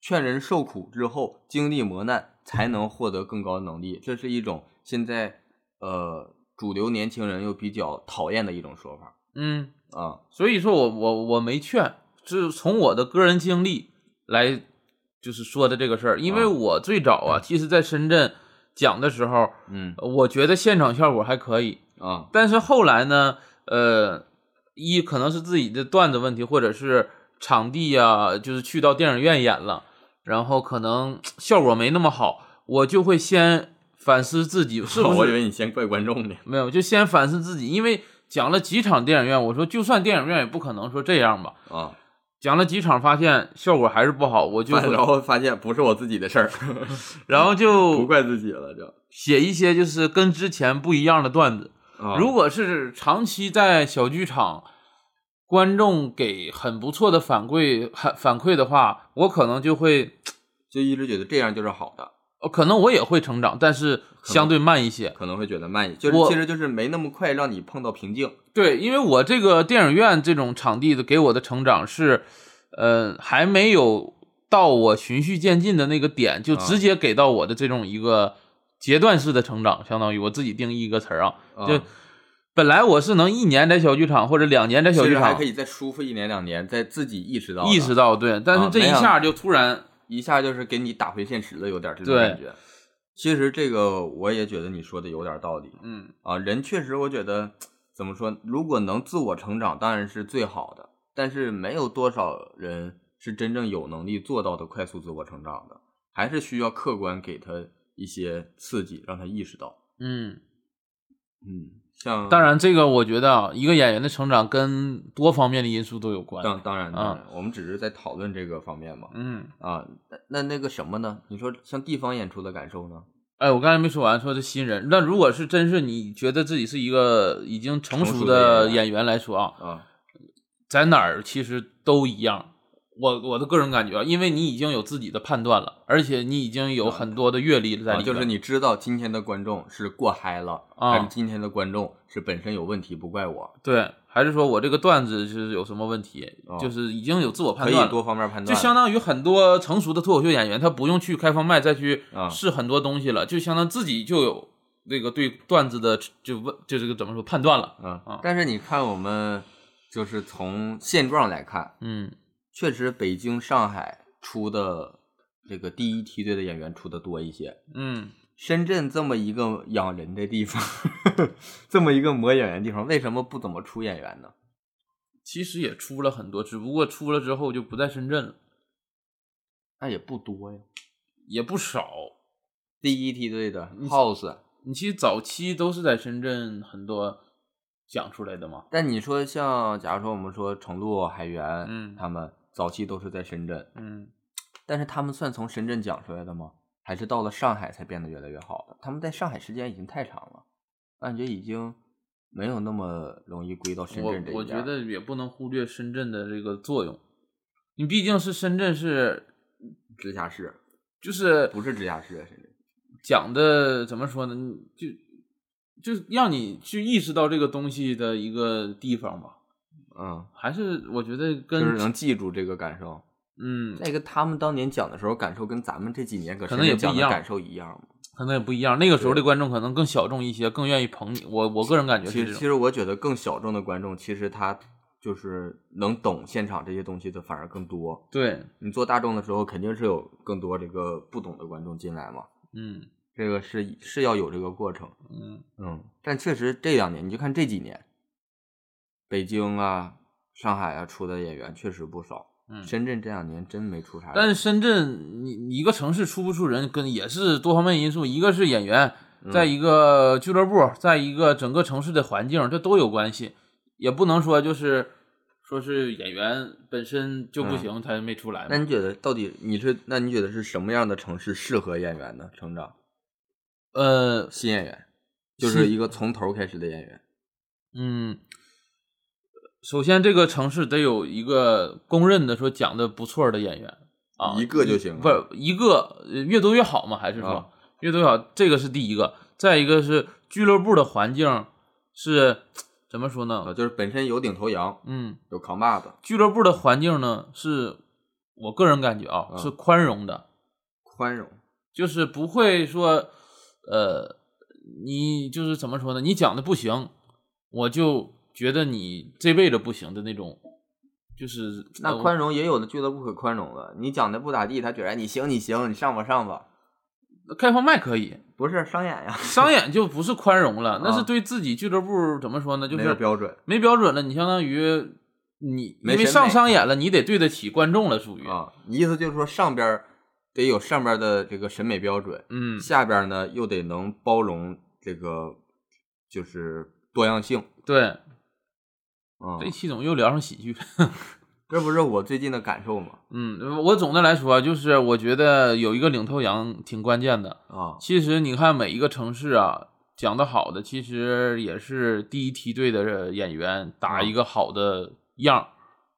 劝人受苦之后经历磨难才能获得更高的能力，这是一种现在呃主流年轻人又比较讨厌的一种说法嗯，啊。所以说我我我没劝，是从我的个人经历来就是说的这个事儿，因为啊我最早啊，其实在深圳讲的时候，嗯我觉得现场效果还可以，啊但是后来呢，呃，一可能是自己的段子问题，或者是场地呀、就是去到电影院演了，然后可能效果没那么好，我就会先反思自己是不我以是为你先怪观众呢。没有，就先反思自己，因为讲了几场电影院，我说就算电影院也不可能说这样吧。啊，讲了几场，发现效果还是不 好， 我就会哎然后发现不是我自己的事 儿，然后不就怪自己了，就。写一些就是跟之前不一样的段子，啊如果是长期在小剧场，观众给很不错的反馈，反反馈的话，我可能就会，就一直觉得这样就是好的，呃可能我也会成长，但是相对慢一些。可能会觉得慢一，就是我其实就是没那么快让你碰到瓶颈。对，因为我这个电影院这种场地的给我的成长是，呃，还没有到我循序渐进的那个点，就啊直接给到我的这种一个阶段式的成长，相当于我自己定义一个词儿啊，啊就。本来我是能一年在小剧场或者两年在小其剧实还场可，以再舒服一年两年，再自己意识到的意识到对，但啊是这没一想下就突然，一下就是给你打回现实了，有点这种对感觉。其实这个我也觉得你说的有点道理嗯啊，人确实我觉得怎么说，如果能自我成长当然是最好的，但是没有多少人是真正有能力做到的快速自我成长的，还是需要客观给他一些刺激，让他意识到。嗯，嗯，像当然这个我觉得啊，一个演员的成长跟多方面的因素都有关。当当然当然，我们只是在讨论这个方面嘛。嗯，啊，那那那个什么呢？你说像地方演出的感受呢？哎，我刚才没说完，说这新人。那如果是真是你觉得自己是一个已经成成熟熟的的演员演员来说啊，啊，在哪儿其实都一样。我我的个人感觉啊，因为你已经有自己的判断了，而且你已经有很多的阅历在嗯啊里边。就是你知道今天的观众是过嗨了，啊还是今天的观众是本身有问题，不怪我，对，还是说我这个段子是有什么问题，哦就是已经有自我判可断以了。多方面判断。就相当于很多成熟的脱口秀演员，他不用去开放麦再去啊试很多东西了，就相当自己就有那个对段子的就问就这个怎么说判断了。嗯啊，但是你看我们就是从现状来看，嗯确实北京、上海出的这个第一梯队的演员出的多一些。嗯，深圳这么一个养人的地方， 这么一个磨演员的地方，为什么不怎么出演员呢？其实也出了很多，只不过出了之后就不在深圳了，那也不多呀。也不少。第一梯队的你 House，你其实早期都是在深圳很多讲出来的嘛。但你说像，假如说我们说程璐、海源，嗯他们早期都是在深圳，嗯，但是他们算从深圳讲出来的吗？还是到了上海才变得越来越好的？他们在上海时间已经太长了，感觉已经没有那么容易归到深我圳这一我边觉儿得也不能忽略深圳的这个作用。你毕竟是深圳是，直辖市就是不是直辖市啊的深圳，讲的怎么说呢？你就就让你去意识到这个东西的一个地方吧。嗯，还是我觉得就跟是能记住这个感受。嗯，再一个，他们当年讲的时候感受跟咱们这几年搁可深能也圳不讲一的样感受一样吗？可能也不一样。那个时候的观众可能更小众一些，更愿意捧你。我我个人感觉其实，是其这种。实我觉得更小众的观众，其实他就是能懂现场这些东西的反而更多。对，你做大众的时候，肯定是有更多这个不懂的观众进来嘛，嗯这个是是要有这个过程。嗯，嗯，但确实这两年，你就看这几年，北京啊、上海啊出的演员确实不少。嗯深圳这两年真没出啥人。但是深圳，你你一个城市出不出人，跟也是多方面因素，一个是演员，嗯在一个俱乐部，在一个整个城市的环境，这都有关系。也不能说就是说是演员本身就不行，他没出嗯来那嘛。你觉得到底你是？那你觉得是什么样的城市适合演员呢？成长呃，新演员，就是新一个从头开始的演员。嗯，首先这个城市得有一个公认的说讲的不错的演员啊，一个就行了不是一个呃越多越好嘛？还是说、啊越多越好？这个是第一个，再一个是俱乐部的环境是怎么说啊，呢？就是本身有顶头羊，嗯，有扛把子，俱乐部的环境呢，是我个人感觉啊，啊是宽容的，宽容，就是不会说，呃，你就是怎么说呢？你讲的不行，我就觉得你这辈子不行的那种，就是那宽容也有的俱乐部可宽容了。你讲的不咋地，他觉得哎你行你行，你上吧上吧，呃开放麦可以，不是商演呀，商演就不是宽容了，那啊是对自己俱乐部怎么说呢？就没有是标准没标准了，你相当于你没因为审上美商演了，你得对得起观众了，属于啊。你意思就是说上边儿得有上边儿的这个审美标准，嗯，下边儿呢又得能包容这个就是多样性对，啊。这期怎么又聊上喜剧了？ 这不是我最近的感受吗？嗯，我总的来说啊就是我觉得有一个领头羊挺关键的，啊，其实你看每一个城市啊，讲的好的，其实也是第一梯队的演员打一个好的样儿。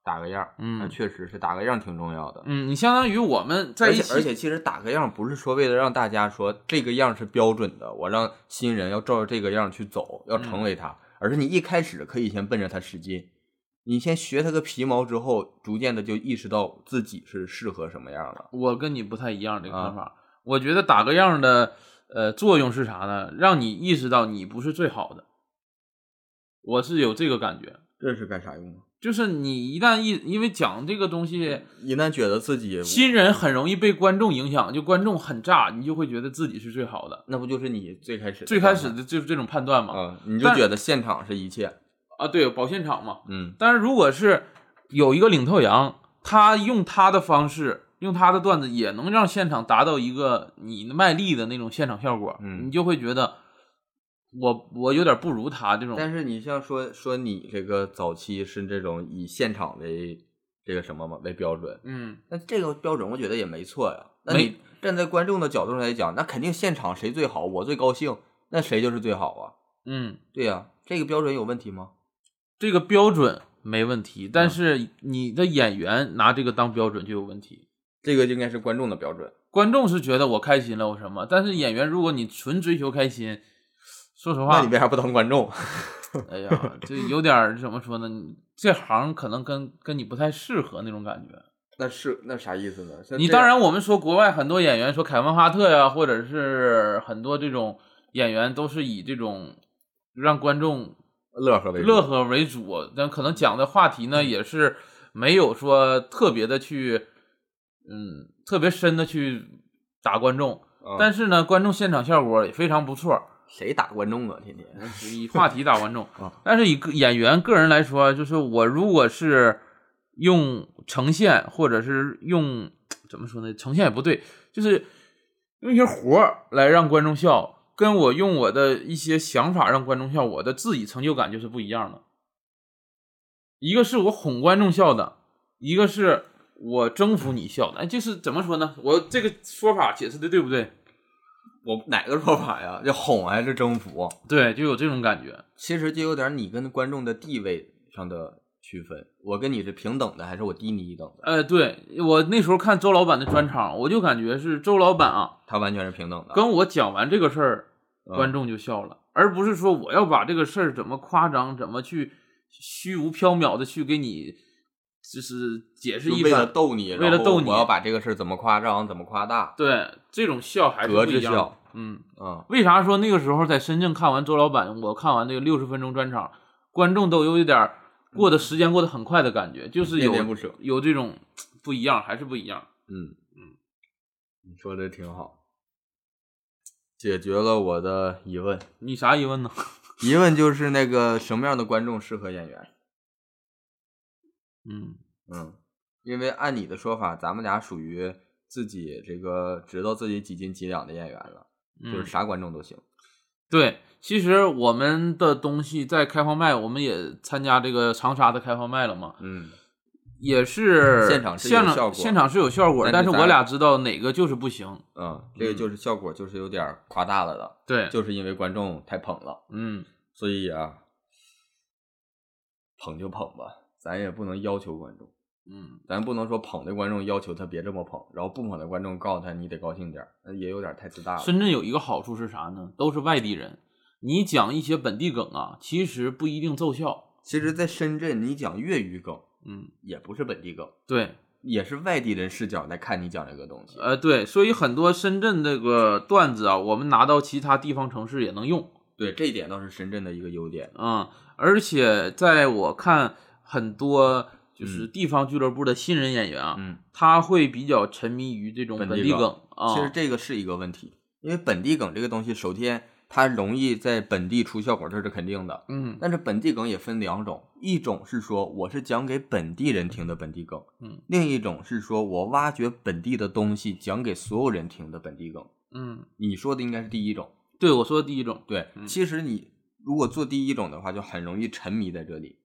打个样儿，嗯那嗯确实是打个样儿挺重要的。嗯，你相当于我们在而一且起，而且，其实打个样不是说为了让大家说这个样是标准的，我让新人要照着这个样去走，要成为他，而是你一开始可以先奔着他使劲，你先学他个皮毛之后，逐渐的就意识到自己是适合什么样了。我跟你不太一样这啊个看法。我觉得打个样儿的呃作用是啥呢？让你意识到你不是最好的。我是有这个感觉，这是干啥用啊？就是你一旦一因为讲这个东西，一旦觉得自己，新人很容易被观众影响，就观众很炸，你就会觉得自己是最好的。那不就是你最开始最开始的的就是这种判断嘛。啊、你就但觉得现场是一切，啊，对，保现场嘛。嗯但是如果是有一个领头羊，他用他的方式，用他的段子，也能让现场达到一个你卖力的那种现场效果，嗯你就会觉得我我有点不如他这种。但是你像说说你这个早期是这种以现场为这个什么嘛为标准，嗯，那这个标准我觉得也没错呀。那没你站在观众的角度上来讲，那肯定现场谁最好，我最高兴，那谁就是最好啊？嗯，对呀、这个标准有问题吗？这个标准没问题，但嗯是你的演员拿这个当标准就有问题。这个应该是观众的标准。观众是觉得我开心了，我什么？但是演员，如果你纯追求开心，说实话，那你为啥不当观众？哎呀，这有点儿怎么说呢？你这行可能跟跟你不太适合那种感觉。 那是那啥意思呢？像你这样当然，我们说国外很多演员，说凯文哈特呀，或者是很多这种演员，都是以这种让观众乐呵为主嗯乐，呵为主，但可能讲的话题呢，也是没有说特别的去嗯特别深的去打观众，啊但是呢，观众现场效果也非常不错，谁打观众啊？天天呃以话题打观众啊。但是以个演员个人来说，就是我如果是用呈现，或者是用怎么说呢？呈现也不对，就是用一些活儿来让观众笑，跟我用我的一些想法让观众笑，我的自己成就感就是不一样的。一个是我哄观众笑的，一个是我征服你笑的。哎，就是怎么说呢？我这个说法解释的对不对？我哪个说法呀？这哄还是征服？啊对，就有这种感觉。其实就有点你跟观众的地位上的区分，我跟你是平等的，还是我低你一等的？呃，对我那时候看周老板的专场，我就感觉是周老板啊，他完全是平等的。跟我讲完这个事儿，嗯观众就笑了，而不是说我要把这个事儿怎么夸张，怎么去虚无缥缈的去给你就是解释就一为了番。逗你，为了逗然你后我要把这个事儿怎么夸张，怎么夸大，对，这种笑还是隔不着一样笑的。嗯，嗯，为啥说那个时候在深圳看完周老板，我看完那个六十分钟专场，观众都有一点儿过的时间过得很快的感觉，就是恋嗯有恋不舍。有这种不一样，还是不一样。嗯嗯，你说的挺好，解决了我的疑问。你啥疑问呢？ 疑问就是那个什么样的观众适合演员？嗯。嗯，因为按你的说法，咱们俩属于自己这个知道自己几斤几两的演员了，就是嗯啥观众都行。对，其实我们的东西在开放麦，我们也参加这个长沙的开放麦了嘛，嗯，也是现场是有现场效果现场是有效果，但但是是咱我俩知道哪个就是不行。嗯，这个就是效果就是有点儿夸大了的，对，就是因为观众太捧了，嗯，所以啊，捧就捧吧，咱也不能要求观众，嗯，咱不能说捧的观众要求他别这么捧，然后不捧的观众告诉他你得高兴点儿，呃那也有点太自大了。深圳有一个好处是啥呢？都是外地人，你讲一些本地梗啊，其实不一定奏效。其实，在深圳你讲粤语梗嗯，也不是本地梗，对，也是外地人视角来看你讲这个东西。呃，对，所以很多深圳这个段子啊，我们拿到其他地方城市也能用。对，这一点倒是深圳的一个优点。嗯，而且在我看很多就是地方俱乐部的新人演员啊，嗯，他会比较沉迷于这种本本地地梗梗啊。其实这个是一个问题，因为本地梗这个东西，首先它容易在本地出效果，这是肯定的。嗯但是本地梗也分两种，一种是说我是讲给本地人听的本地梗，嗯，另一种是说我挖掘本地的东西讲给所有人听的本地梗。嗯，你说的应该是第一种，对我说的第一种，对，嗯其实你如果做第一种的话，就很容易沉迷在这里。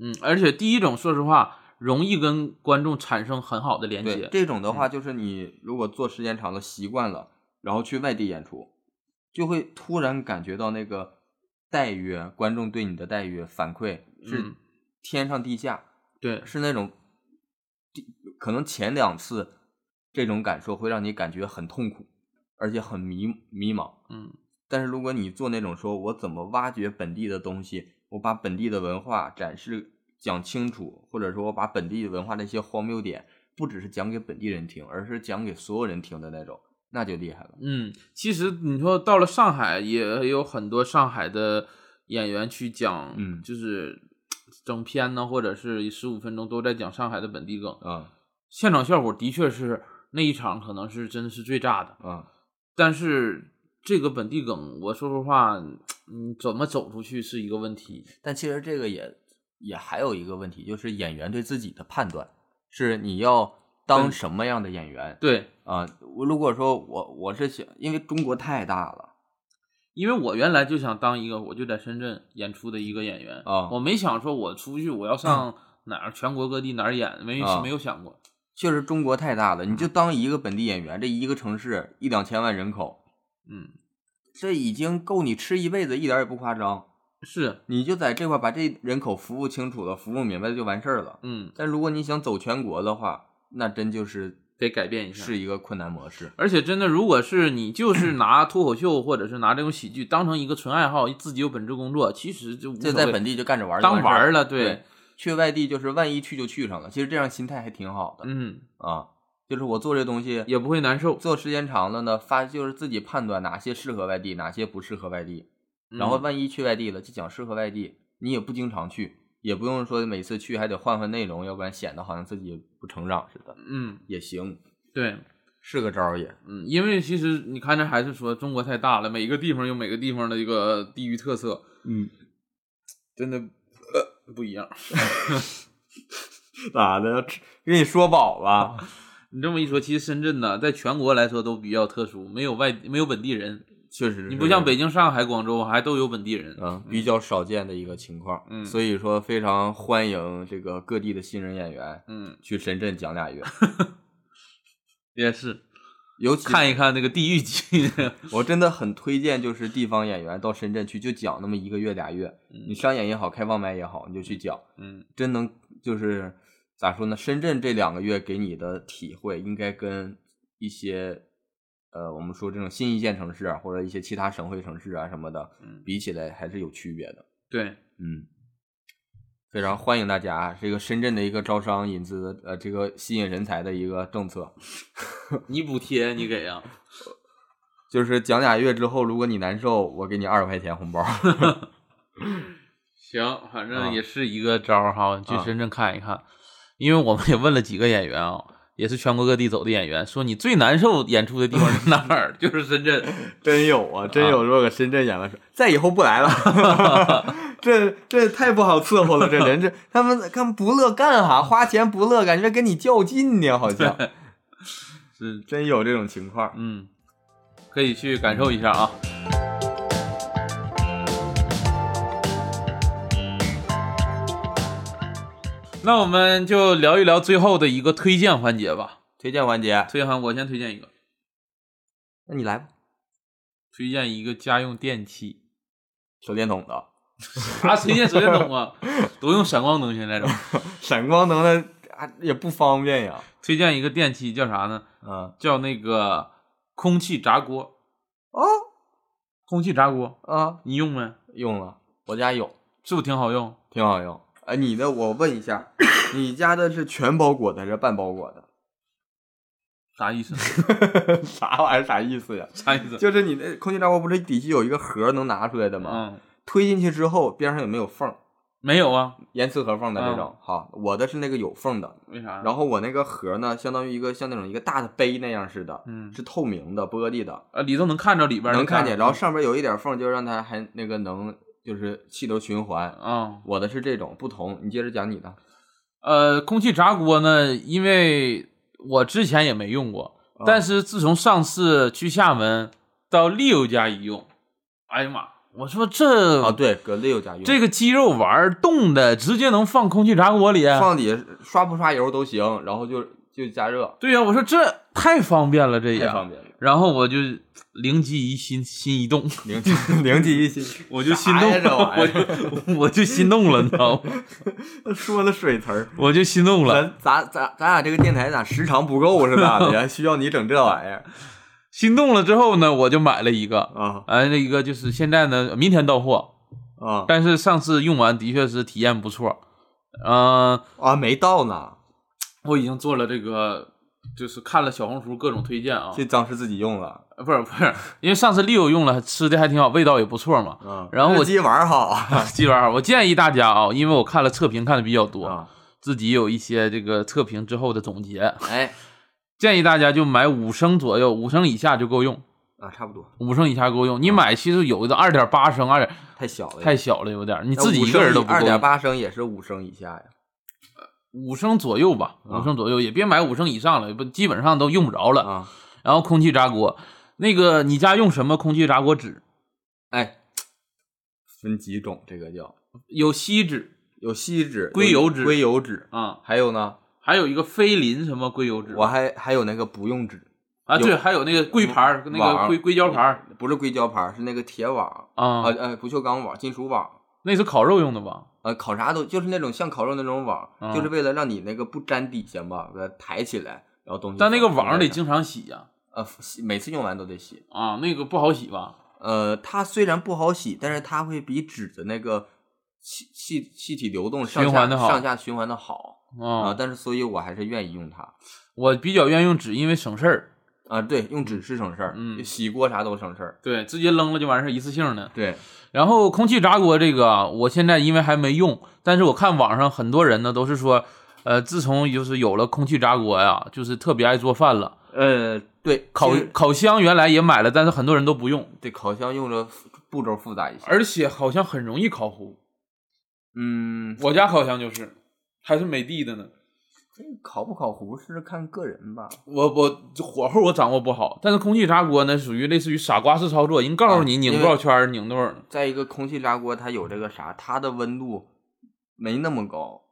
嗯，而且第一种说实话容易跟观众产生很好的连对，接。这种的话就是你如果做时间长了习惯了，然后去外地演出，就会突然感觉到那个待遇，观众对你的待遇反馈是嗯天上地下，对是那种第可能前两次这种感受会让你感觉很痛苦，而且很迷迷茫。嗯但是如果你做那种说我怎么挖掘本地的东西，我把本地的文化展示讲清楚，或者说我把本地文化的一些荒谬点，不只是讲给本地人听，而是讲给所有人听的那种，那就厉害了。嗯，其实你说到了上海，也有很多上海的演员去讲，嗯就是整篇呢，或者是十五分钟都在讲上海的本地梗。嗯现场效果的确是那一场可能是真的是最炸的，嗯，但是这个本地梗，我说实话，嗯，怎么走出去是一个问题。但其实这个也也还有一个问题，就是演员对自己的判断，是你要当嗯什么样的演员对，啊？我如果说我我是想，因为中国太大了，因为我原来就想当一个我就在深圳演出的一个演员啊嗯我没想说我出去我要上哪儿、全国各地哪儿演，没、啊没有想过。确实中国太大了，嗯你就当一个本地演员，这一个城市一两千万人口。嗯，这已经够你吃一辈子，一点儿也不夸张。是，你就在这块儿把这人口服务清楚了，服务明白了就完事儿了。嗯，但如果你想走全国的话，那真就是得改变一下。是一个困难模式。而且真的，如果是你就是拿脱口秀或者是拿这种喜剧当成一个纯爱好，自己有本职工作，其实就无这所在谓本地就干着玩儿就当玩儿儿了，对，去外地就是万一去就去上了，其实这样心态还挺好的、嗯，啊。就是我做这东西也不会难受。做时间长了呢，发就是自己判断哪些适合外地，哪些不适合外地。 然后嗯万一去外地了，就讲适合外地，你也不经常去，也不用说每次去还得换换内容，要不然显得好像自己不成长似的，嗯，也行。对，是个招儿也。嗯，因为其实你看，这还是说中国太大了，每个地方有每个地方的一个地域特色，嗯，真的呃不一样。咋的？吃给你说饱了，你这么一说，其实深圳呢，在全国来说都比较特殊，没有外没有本地人，确实是你不像北京、上海、广州还都有本地人。嗯，比较少见的一个情况，嗯所以说非常欢迎这个各地的新人演员嗯，去深圳讲俩月，也是，尤其看一看那个地域级。我真的很推荐，就是地方演员到深圳去就讲那么一个月俩月， 嗯你商演也好，开放麦也好，你就去讲，嗯，真能就是咋说呢？深圳这两个月给你的体会，应该跟一些呃我们说这种新一线城市啊，或者一些其他省会城市啊什么的嗯比起来，还是有区别的。对，嗯，非常欢迎大家。啊这个深圳的一个招商引资，呃，这个吸引人才的一个政策，你补贴你给啊？就是讲俩月之后，如果你难受，我给你二百块钱红包。 行，反啊正也是一个招儿哈，去啊深圳看一看。因为我们也问了几个演员啊、也是全国各地走的演员，说你最难受演出的地方是哪 儿？就是深圳。 真有啊，真有！如果深圳演完说，再以后不来了， 这这太不好伺候了。这人这他们他们不乐干哈？花钱不乐，感觉跟你较劲呢，好像是，真有这种情况。嗯，可以去感受一下啊。那我们就聊一聊最后的一个推荐环节吧。推荐环节，推荐，我先推荐一个，那你来吧，推荐一个家用电器。手电筒的，啊，推荐手电 筒啊，都用闪光灯现在都。闪光灯的啊也不方便呀。推荐一个电器叫啥呢？嗯，叫那个空气炸锅。哦空气炸锅啊，你用没？用了，我家有，是不是挺好用？挺好用。哎，你的我问一下，你家的是全包裹的还是半包裹的？啥意思？ 啥玩意儿？啥意思呀？啥意思？就是你那空气炸锅不是底下有一个盒儿能拿出来的吗？嗯，推进去之后边上有没有缝儿？没有啊？严丝合缝的这嗯种。好，我的是那个有缝的，为啥？然后我那个盒儿呢，相当于一个像那种一个大的杯那样似的，嗯，是透明的玻璃的，啊，里头能看着里边儿能看那见。炸嗯然后上边有一点缝，就让它还那个能就是气流循环。啊、我的是这种不同，你接着讲你的。呃，空气炸锅呢，因为我之前也没用过，嗯但是自从上次去厦门到丽友家一用，哎呀妈，我说这、啊，对，搁 Leo 家用嗯这个鸡肉丸儿冻的直接能放空气炸锅里，啊放底下刷不刷油都行，然后就就加热，对呀、我说这太方便了，这也太方便了。然后我就灵机一心，心一动， 灵机灵机一新，我就心动啥呀这了，玩我意儿就 我就心动了，你知道吗？说的水词儿。我就心动了，咱咱咱咱俩这个电台咋时长不够是 咋的呀？需要你整这玩意儿心动了之后呢，我就买了一个，啊哎，那一个就是现在呢，明天到货，啊但是上次用完的确是体验不错，嗯、啊！没到呢，我已经做了这个。就是看了小红书各种推荐啊，这张是自己用了不是不是，因为上次丽友用了，吃的还挺好，味道也不错嘛。啊。然后我日记玩儿 好啊鸡玩意儿，我建议大家啊，因为我看了测评看的比较多，啊，自己有一些这个测评之后的总结，哎建议大家就买五升左右，五升以下就够用，啊，差不多，五升以下够用。啊你买其实有的二点八升，二点太小了呀，太小了，有点儿你那自己一个人都不二够点用。八升也是五升以下呀。五升左右吧，啊五升左右也别买五升以上了，不基本上都用不着了。啊，然后空气炸锅，那个你家用什么空气炸锅纸？哎，分几种这个叫有锡纸有锡纸、硅油纸硅油纸，啊，还有呢，还有一个菲林什么硅油纸我还还有那个不用纸，啊，对，有还有那个硅牌儿，那个网硅硅胶牌儿不是硅胶盘，是那个铁网，啊啊，呃，不锈钢网、金属网，那是烤肉用的吧？呃，烤啥都就是那种像烤肉那种网，嗯就是为了让你那个不粘底下嘛，把它抬起来，然后东西。但那个网得，经常洗呀、呃，洗每次用完都得洗。啊，那个不好洗吧？呃，它虽然不好洗，但是它会比纸的那个气气气体流动上循下环得好上下循环的好啊、啊，但是所以我还是愿意用它。我比较愿意用纸，因为省事儿。啊、对，用纸是省事儿，嗯洗锅啥都省事儿。对，直接扔了就完事儿，一次性的。对，然后空气炸锅这个，啊我现在因为还没用，但是我看网上很多人呢都是说，呃，自从就是有了空气炸锅呀，就是特别爱做饭了。呃，对，烤其实烤箱原来也买了，但是很多人都不用，对烤箱用着复步骤复杂一些。而且好像很容易烤糊。嗯，我家烤箱就是，还是美的的呢。这烤不烤糊是看个人吧。我我火候我掌握不好，但是空气炸锅呢，属于类似于傻瓜式操作，人告诉你啊拧多少圈儿，拧多少。再一个，空气炸锅它有这个啥，它的温度没那么高，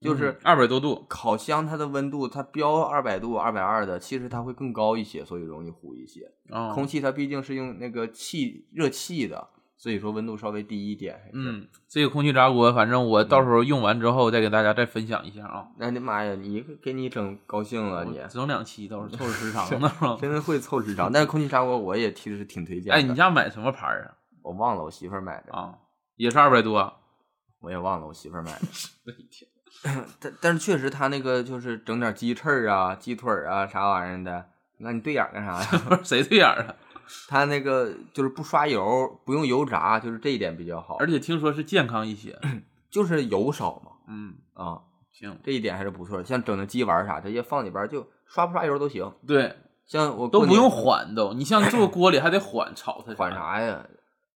就是嗯二百多度。烤箱它的温度它标二百度、二百二的，其实它会更高一些，所以容易糊一些。啊、空气它毕竟是用那个气热气的，所以说温度稍微低一点。还是，嗯嗯，这个空气炸锅，反正我到时候用完之后再给大家再分享一下啊。那你妈呀，你给你整高兴了你，我整两期，到时候凑着时长呢。真的会凑时长。但是空气炸锅我也其实挺推荐的。哎，你家买什么牌儿我忘了我媳妇儿买的，啊？啊，也是二百多啊。我也忘了我媳妇儿买的。我的天，但但是确实，他那个就是整点鸡翅儿啊、鸡腿儿啊啥玩意儿的，那你对眼儿干啥呀？ 不是谁对眼儿啊？他那个就是不刷油，不用油炸，就是这一点比较好。而且听说是健康一些。就是油少嘛，嗯，啊，行，这一点还是不错的。像整的鸡丸儿啥，直接放里边儿就刷不刷油都行。对，像我都过不年用缓都，你像做锅里还得缓炒它。缓？啥呀？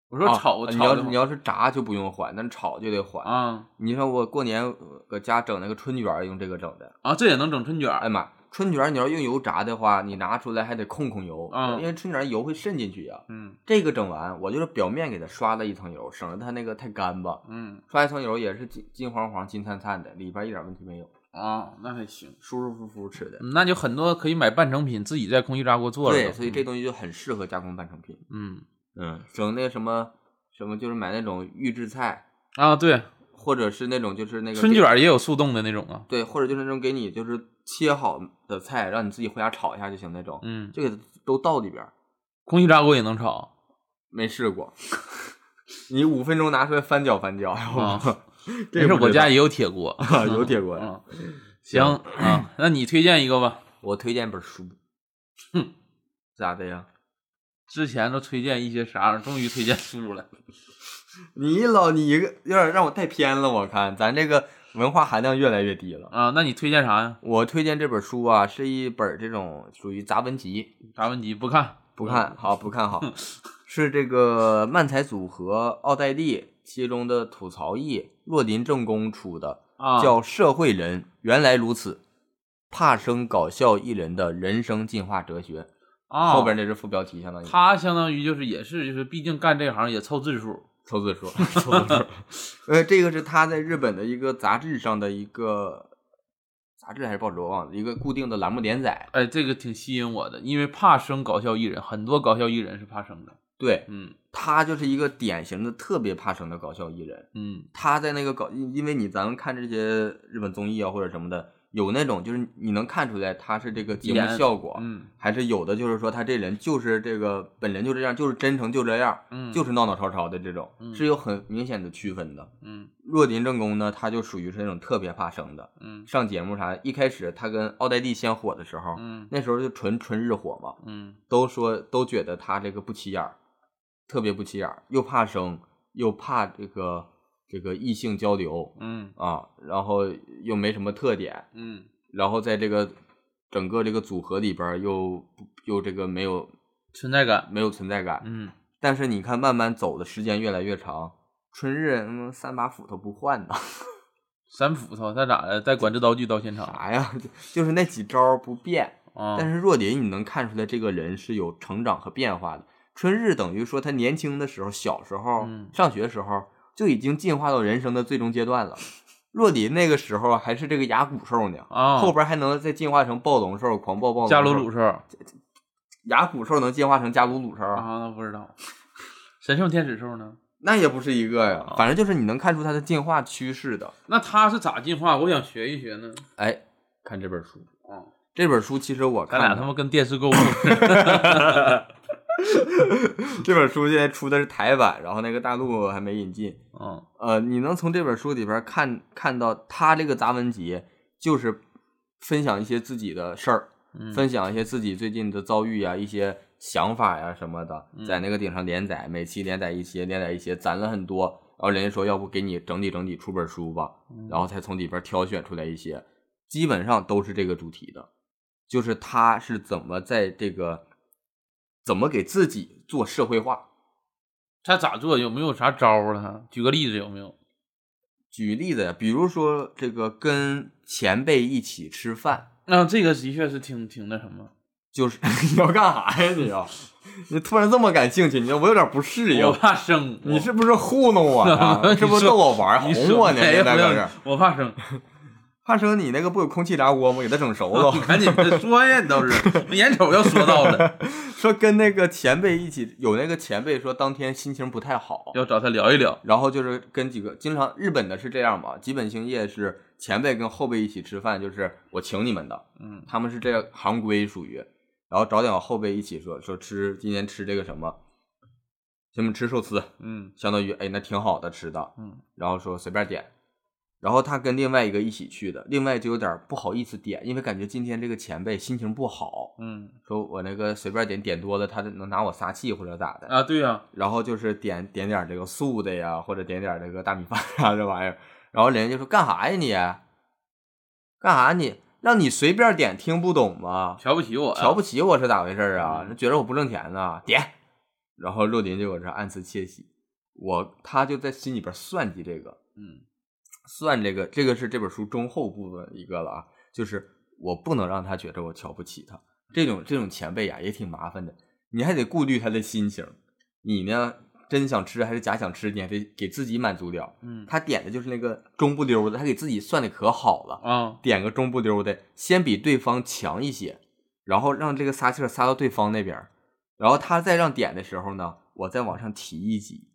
我说炒啊、你炒要的是你要是炸就不用缓，但是炒就得缓。啊你说我过年呃搁家整那个春卷儿，用这个整的，啊，这也能整春卷儿哎呀妈！春卷儿你要用油炸的话，你拿出来还得控控油，嗯因为春卷儿油会渗进去呀、嗯这个整完，我就是表面给它刷了一层油，省得它那个太干巴。嗯刷一层油也是金金黄黄、金灿灿的，里边一点问题没有，啊，那还行。舒舒服服吃的。嗯那就很多可以买半成品，自己在空气炸锅做了都。对，所以这东西就很适合加工半成品。嗯嗯，整那什么什么，就是买那种预制菜，啊，对，或者是那种就是那个春给卷儿也有速冻的那种啊。对，或者就是那种给你就是切好的菜，让你自己回家炒一下就行那种，嗯，就给它都倒里边儿。空气炸锅也能炒没试过， 你五分钟拿出来翻搅翻搅，然啊后。这没事，不知我家道，也有铁锅 有铁锅呀嗯。行啊，那你推荐一个吧。我推荐本书，哼，咋的呀？之前都推荐一些啥，终于推荐书了。你老你一个有点让我带偏了，我看咱这个文化含量越来越低了。啊，那你推荐啥呀？我推荐这本书啊，是一本这种属于杂文集，啥问题？不看，不看好，不看好，是这个漫才组合奥黛丽其中的吐槽艺洛林正公出的，啊，叫《社会人原来如此》，怕生搞笑艺人的人生进化哲学。啊后边这是副标题，相当于他相当于就是也是就是，毕竟干这行也凑字数。抽字 说，抽字说。 呃，这个是他在日本的一个杂志上的一个杂志还是报纸，我忘了，一个固定的栏目连载。哎，这个挺吸引我的，因为怕生搞笑艺人，很多搞笑艺人是怕生的。对嗯他就是一个典型的特别怕生的搞笑艺人。嗯他在那个搞，因因为你咱们看这些日本综艺啊或者什么的，有那种就是你能看出来他是这个节目演效果，嗯还是有的就是说他这人就是这个本人就这样，就是真诚就这样，嗯，就是闹闹吵吵的这种，嗯是有很明显的区分的。嗯若林正宫呢，他就属于是那种特别怕生的，嗯上节目啥，一开始他跟奥黛丽先火的时候，嗯那时候就纯纯日火嘛，嗯都说都觉得他这个不起眼儿，特别不起眼儿，又怕生，又怕这个这个异性交流嗯啊，然后又没什么特点，嗯然后在这个整个这个组合里边儿又不又这个没有存在感。没有存在感。嗯，但是你看，慢慢走的时间越来越长，春日嗯三把斧头不换 的。三斧头，他咋的？带管制刀具到现场啥哎呀？就是那几招儿不变，啊？但是若琳，你能看出来这个人是有成长和变化的。春日等于说他年轻的时候，小时候，嗯上学时候就已经进化到人生的最终阶段了。若琳那个时候还是这个牙骨兽呢，啊，后边还能再进化成暴龙兽、狂暴暴龙兽、加鲁鲁兽啊，牙骨兽能进化成加鲁鲁兽，那不知道。 神圣天使兽呢？那也不是一个啊呀。反正就是你能看出它的进化趋势的。那它是咋进化？我想学一学呢。哎，看这本书，哦，这本书其实我看咱俩了 他妈跟电视购物似的。这本书现在出的是台版，然后那个大陆还没引进。嗯呃，你能从这本书里边看看到他这个杂文集，就是分享一些自己的事儿，嗯，分享一些自己最近的遭遇呀、一些想法呀、什么的，在那个顶上连载，每期连载一些，连载一些，攒了很多。然后人家说，要不给你整理整理出本书吧，然后才从里边挑选出来一些，基本上都是这个主题的。就是他是怎么在这个怎么给自己做社会化。他咋做？有没有啥招儿啊？举个例子有没有？举例子呀，比如说这个跟前辈一起吃饭，那、这个的确是挺挺那什么。就是 你要干啥呀？你要，你突然这么感兴趣，你我有点不适应我。怕生，你是不是糊弄我你呀？是不是说逗我玩儿你哄我呢？哎现呀在不搁要这儿，我怕生，怕说你那个不有空气炸锅吗？给它整熟了。 你赶紧说呀！你 倒是，眼瞅要说到了，说跟那个前辈一起，有那个前辈说当天心情不太好，要找他聊一聊。然后就是跟几个经常日本的是这样吧，吉本兴业是前辈跟后辈一起吃饭，就是我请你们的，嗯，他们是这样行规属于，然后找点后辈一起说说吃今天吃这个什么，咱们吃寿司，嗯相当于哎那挺好的吃的，嗯，然后说随便点，然后他跟另外一个一起去的，另外就有点不好意思点，因为感觉今天这个前辈心情不好，嗯说我那个随便点点多了，他能拿我撒气或者咋的，啊，对呀、然后就是点点点这个素的呀，或者点点这个大米饭啊这玩意儿，然后人家就说干啥呀你，干啥你让你随便点听不懂吗？瞧不起我、呀瞧不起我是咋回事儿啊？呃嗯那觉得我不挣钱呢？点。然后陆林就搁这暗自窃喜，我他就在心里边算计这个，嗯算这个，这个是这本书中后部分一个了啊，就是我不能让他觉得我瞧不起他，这种这种前辈呀、也挺麻烦的，你还得顾虑他的心情，你呢真想吃还是假想吃，你还得给自己满足点。嗯他点的就是那个中不溜的，他给自己算的可好了，啊，点个中不溜的，先比对方强一些，然后让这个撒气儿撒到对方那边儿，然后他再让点的时候呢，我再往上提一级，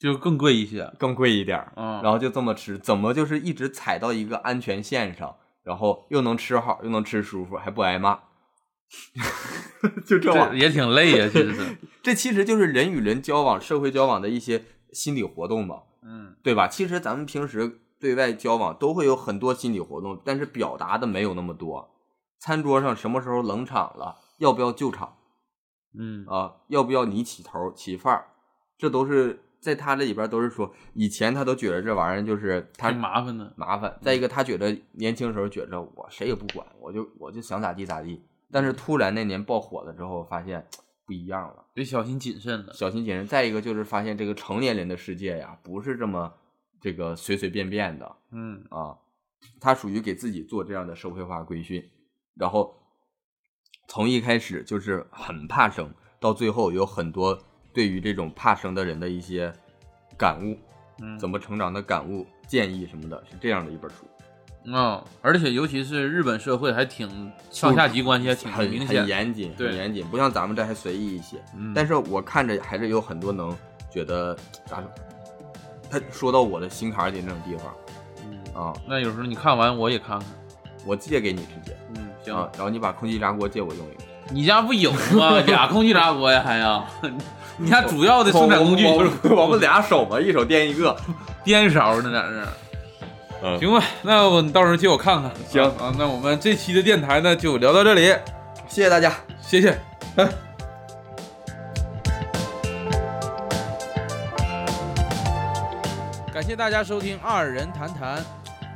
就更贵一些。更贵一点儿。嗯，然后就这么吃，怎么就是一直踩到一个安全线上，然后又能吃好，又能吃舒服，还不挨骂， 就这玩这意儿。也挺累呀、其 实是。这其实就是人与人交往、社会交往的一些心理活动嘛，嗯对吧？其实咱们平时对外交往都会有很多心理活动，但是表达的没有那么多。餐桌上什么时候冷场了，要不要救场嗯啊？要不要你起头起范儿？这都是在他这里边都是说，以前他都觉得这玩意儿就是他挺麻烦的。麻烦。再一个，他觉得年轻时候觉着我谁也不管，我就我就想咋地咋地。但是突然那年爆火了之后，发现不一样了，得小心谨慎了。小心谨慎。再一个就是发现这个成年人的世界呀，不是这么这个随随便便的嗯啊，他属于给自己做这样的社会化规训，然后从一开始就是很怕生，到最后有很多对于这种怕生的人的一些感悟，嗯，怎么成长的感悟、建议什么的，是这样的一本书。啊、而且尤其是日本社会还挺上下级关系还挺很明很显。严谨，对很严谨，不像咱们这还随意一些。嗯但是我看着还是有很多能觉得咋说，他说到我的心坎儿里那种地方嗯啊，那有时候你看完我也看看。我借给你直接嗯，行，啊，然后你把空气炸锅借我用一用。你家不有吗？俩空气炸锅呀，还要？你家主要的生产工具我就是我我我们俩手嘛，一手掂一 个。颠勺呢，在这儿。嗯行吧，那我你到时候借我看看。行啊，那我们这期的电台呢就聊到这里，谢谢大家。谢哎谢。感谢大家收听《二人谈谈》，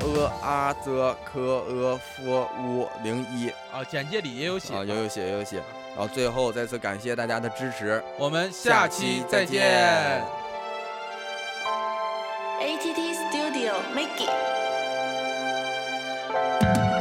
呃啊则科呃佛乌零一啊，简介里也有写。啊，有有写有有写。然后最后再次感谢大家的支持。我们下下期期再再见见。 ATT Studio Mickey。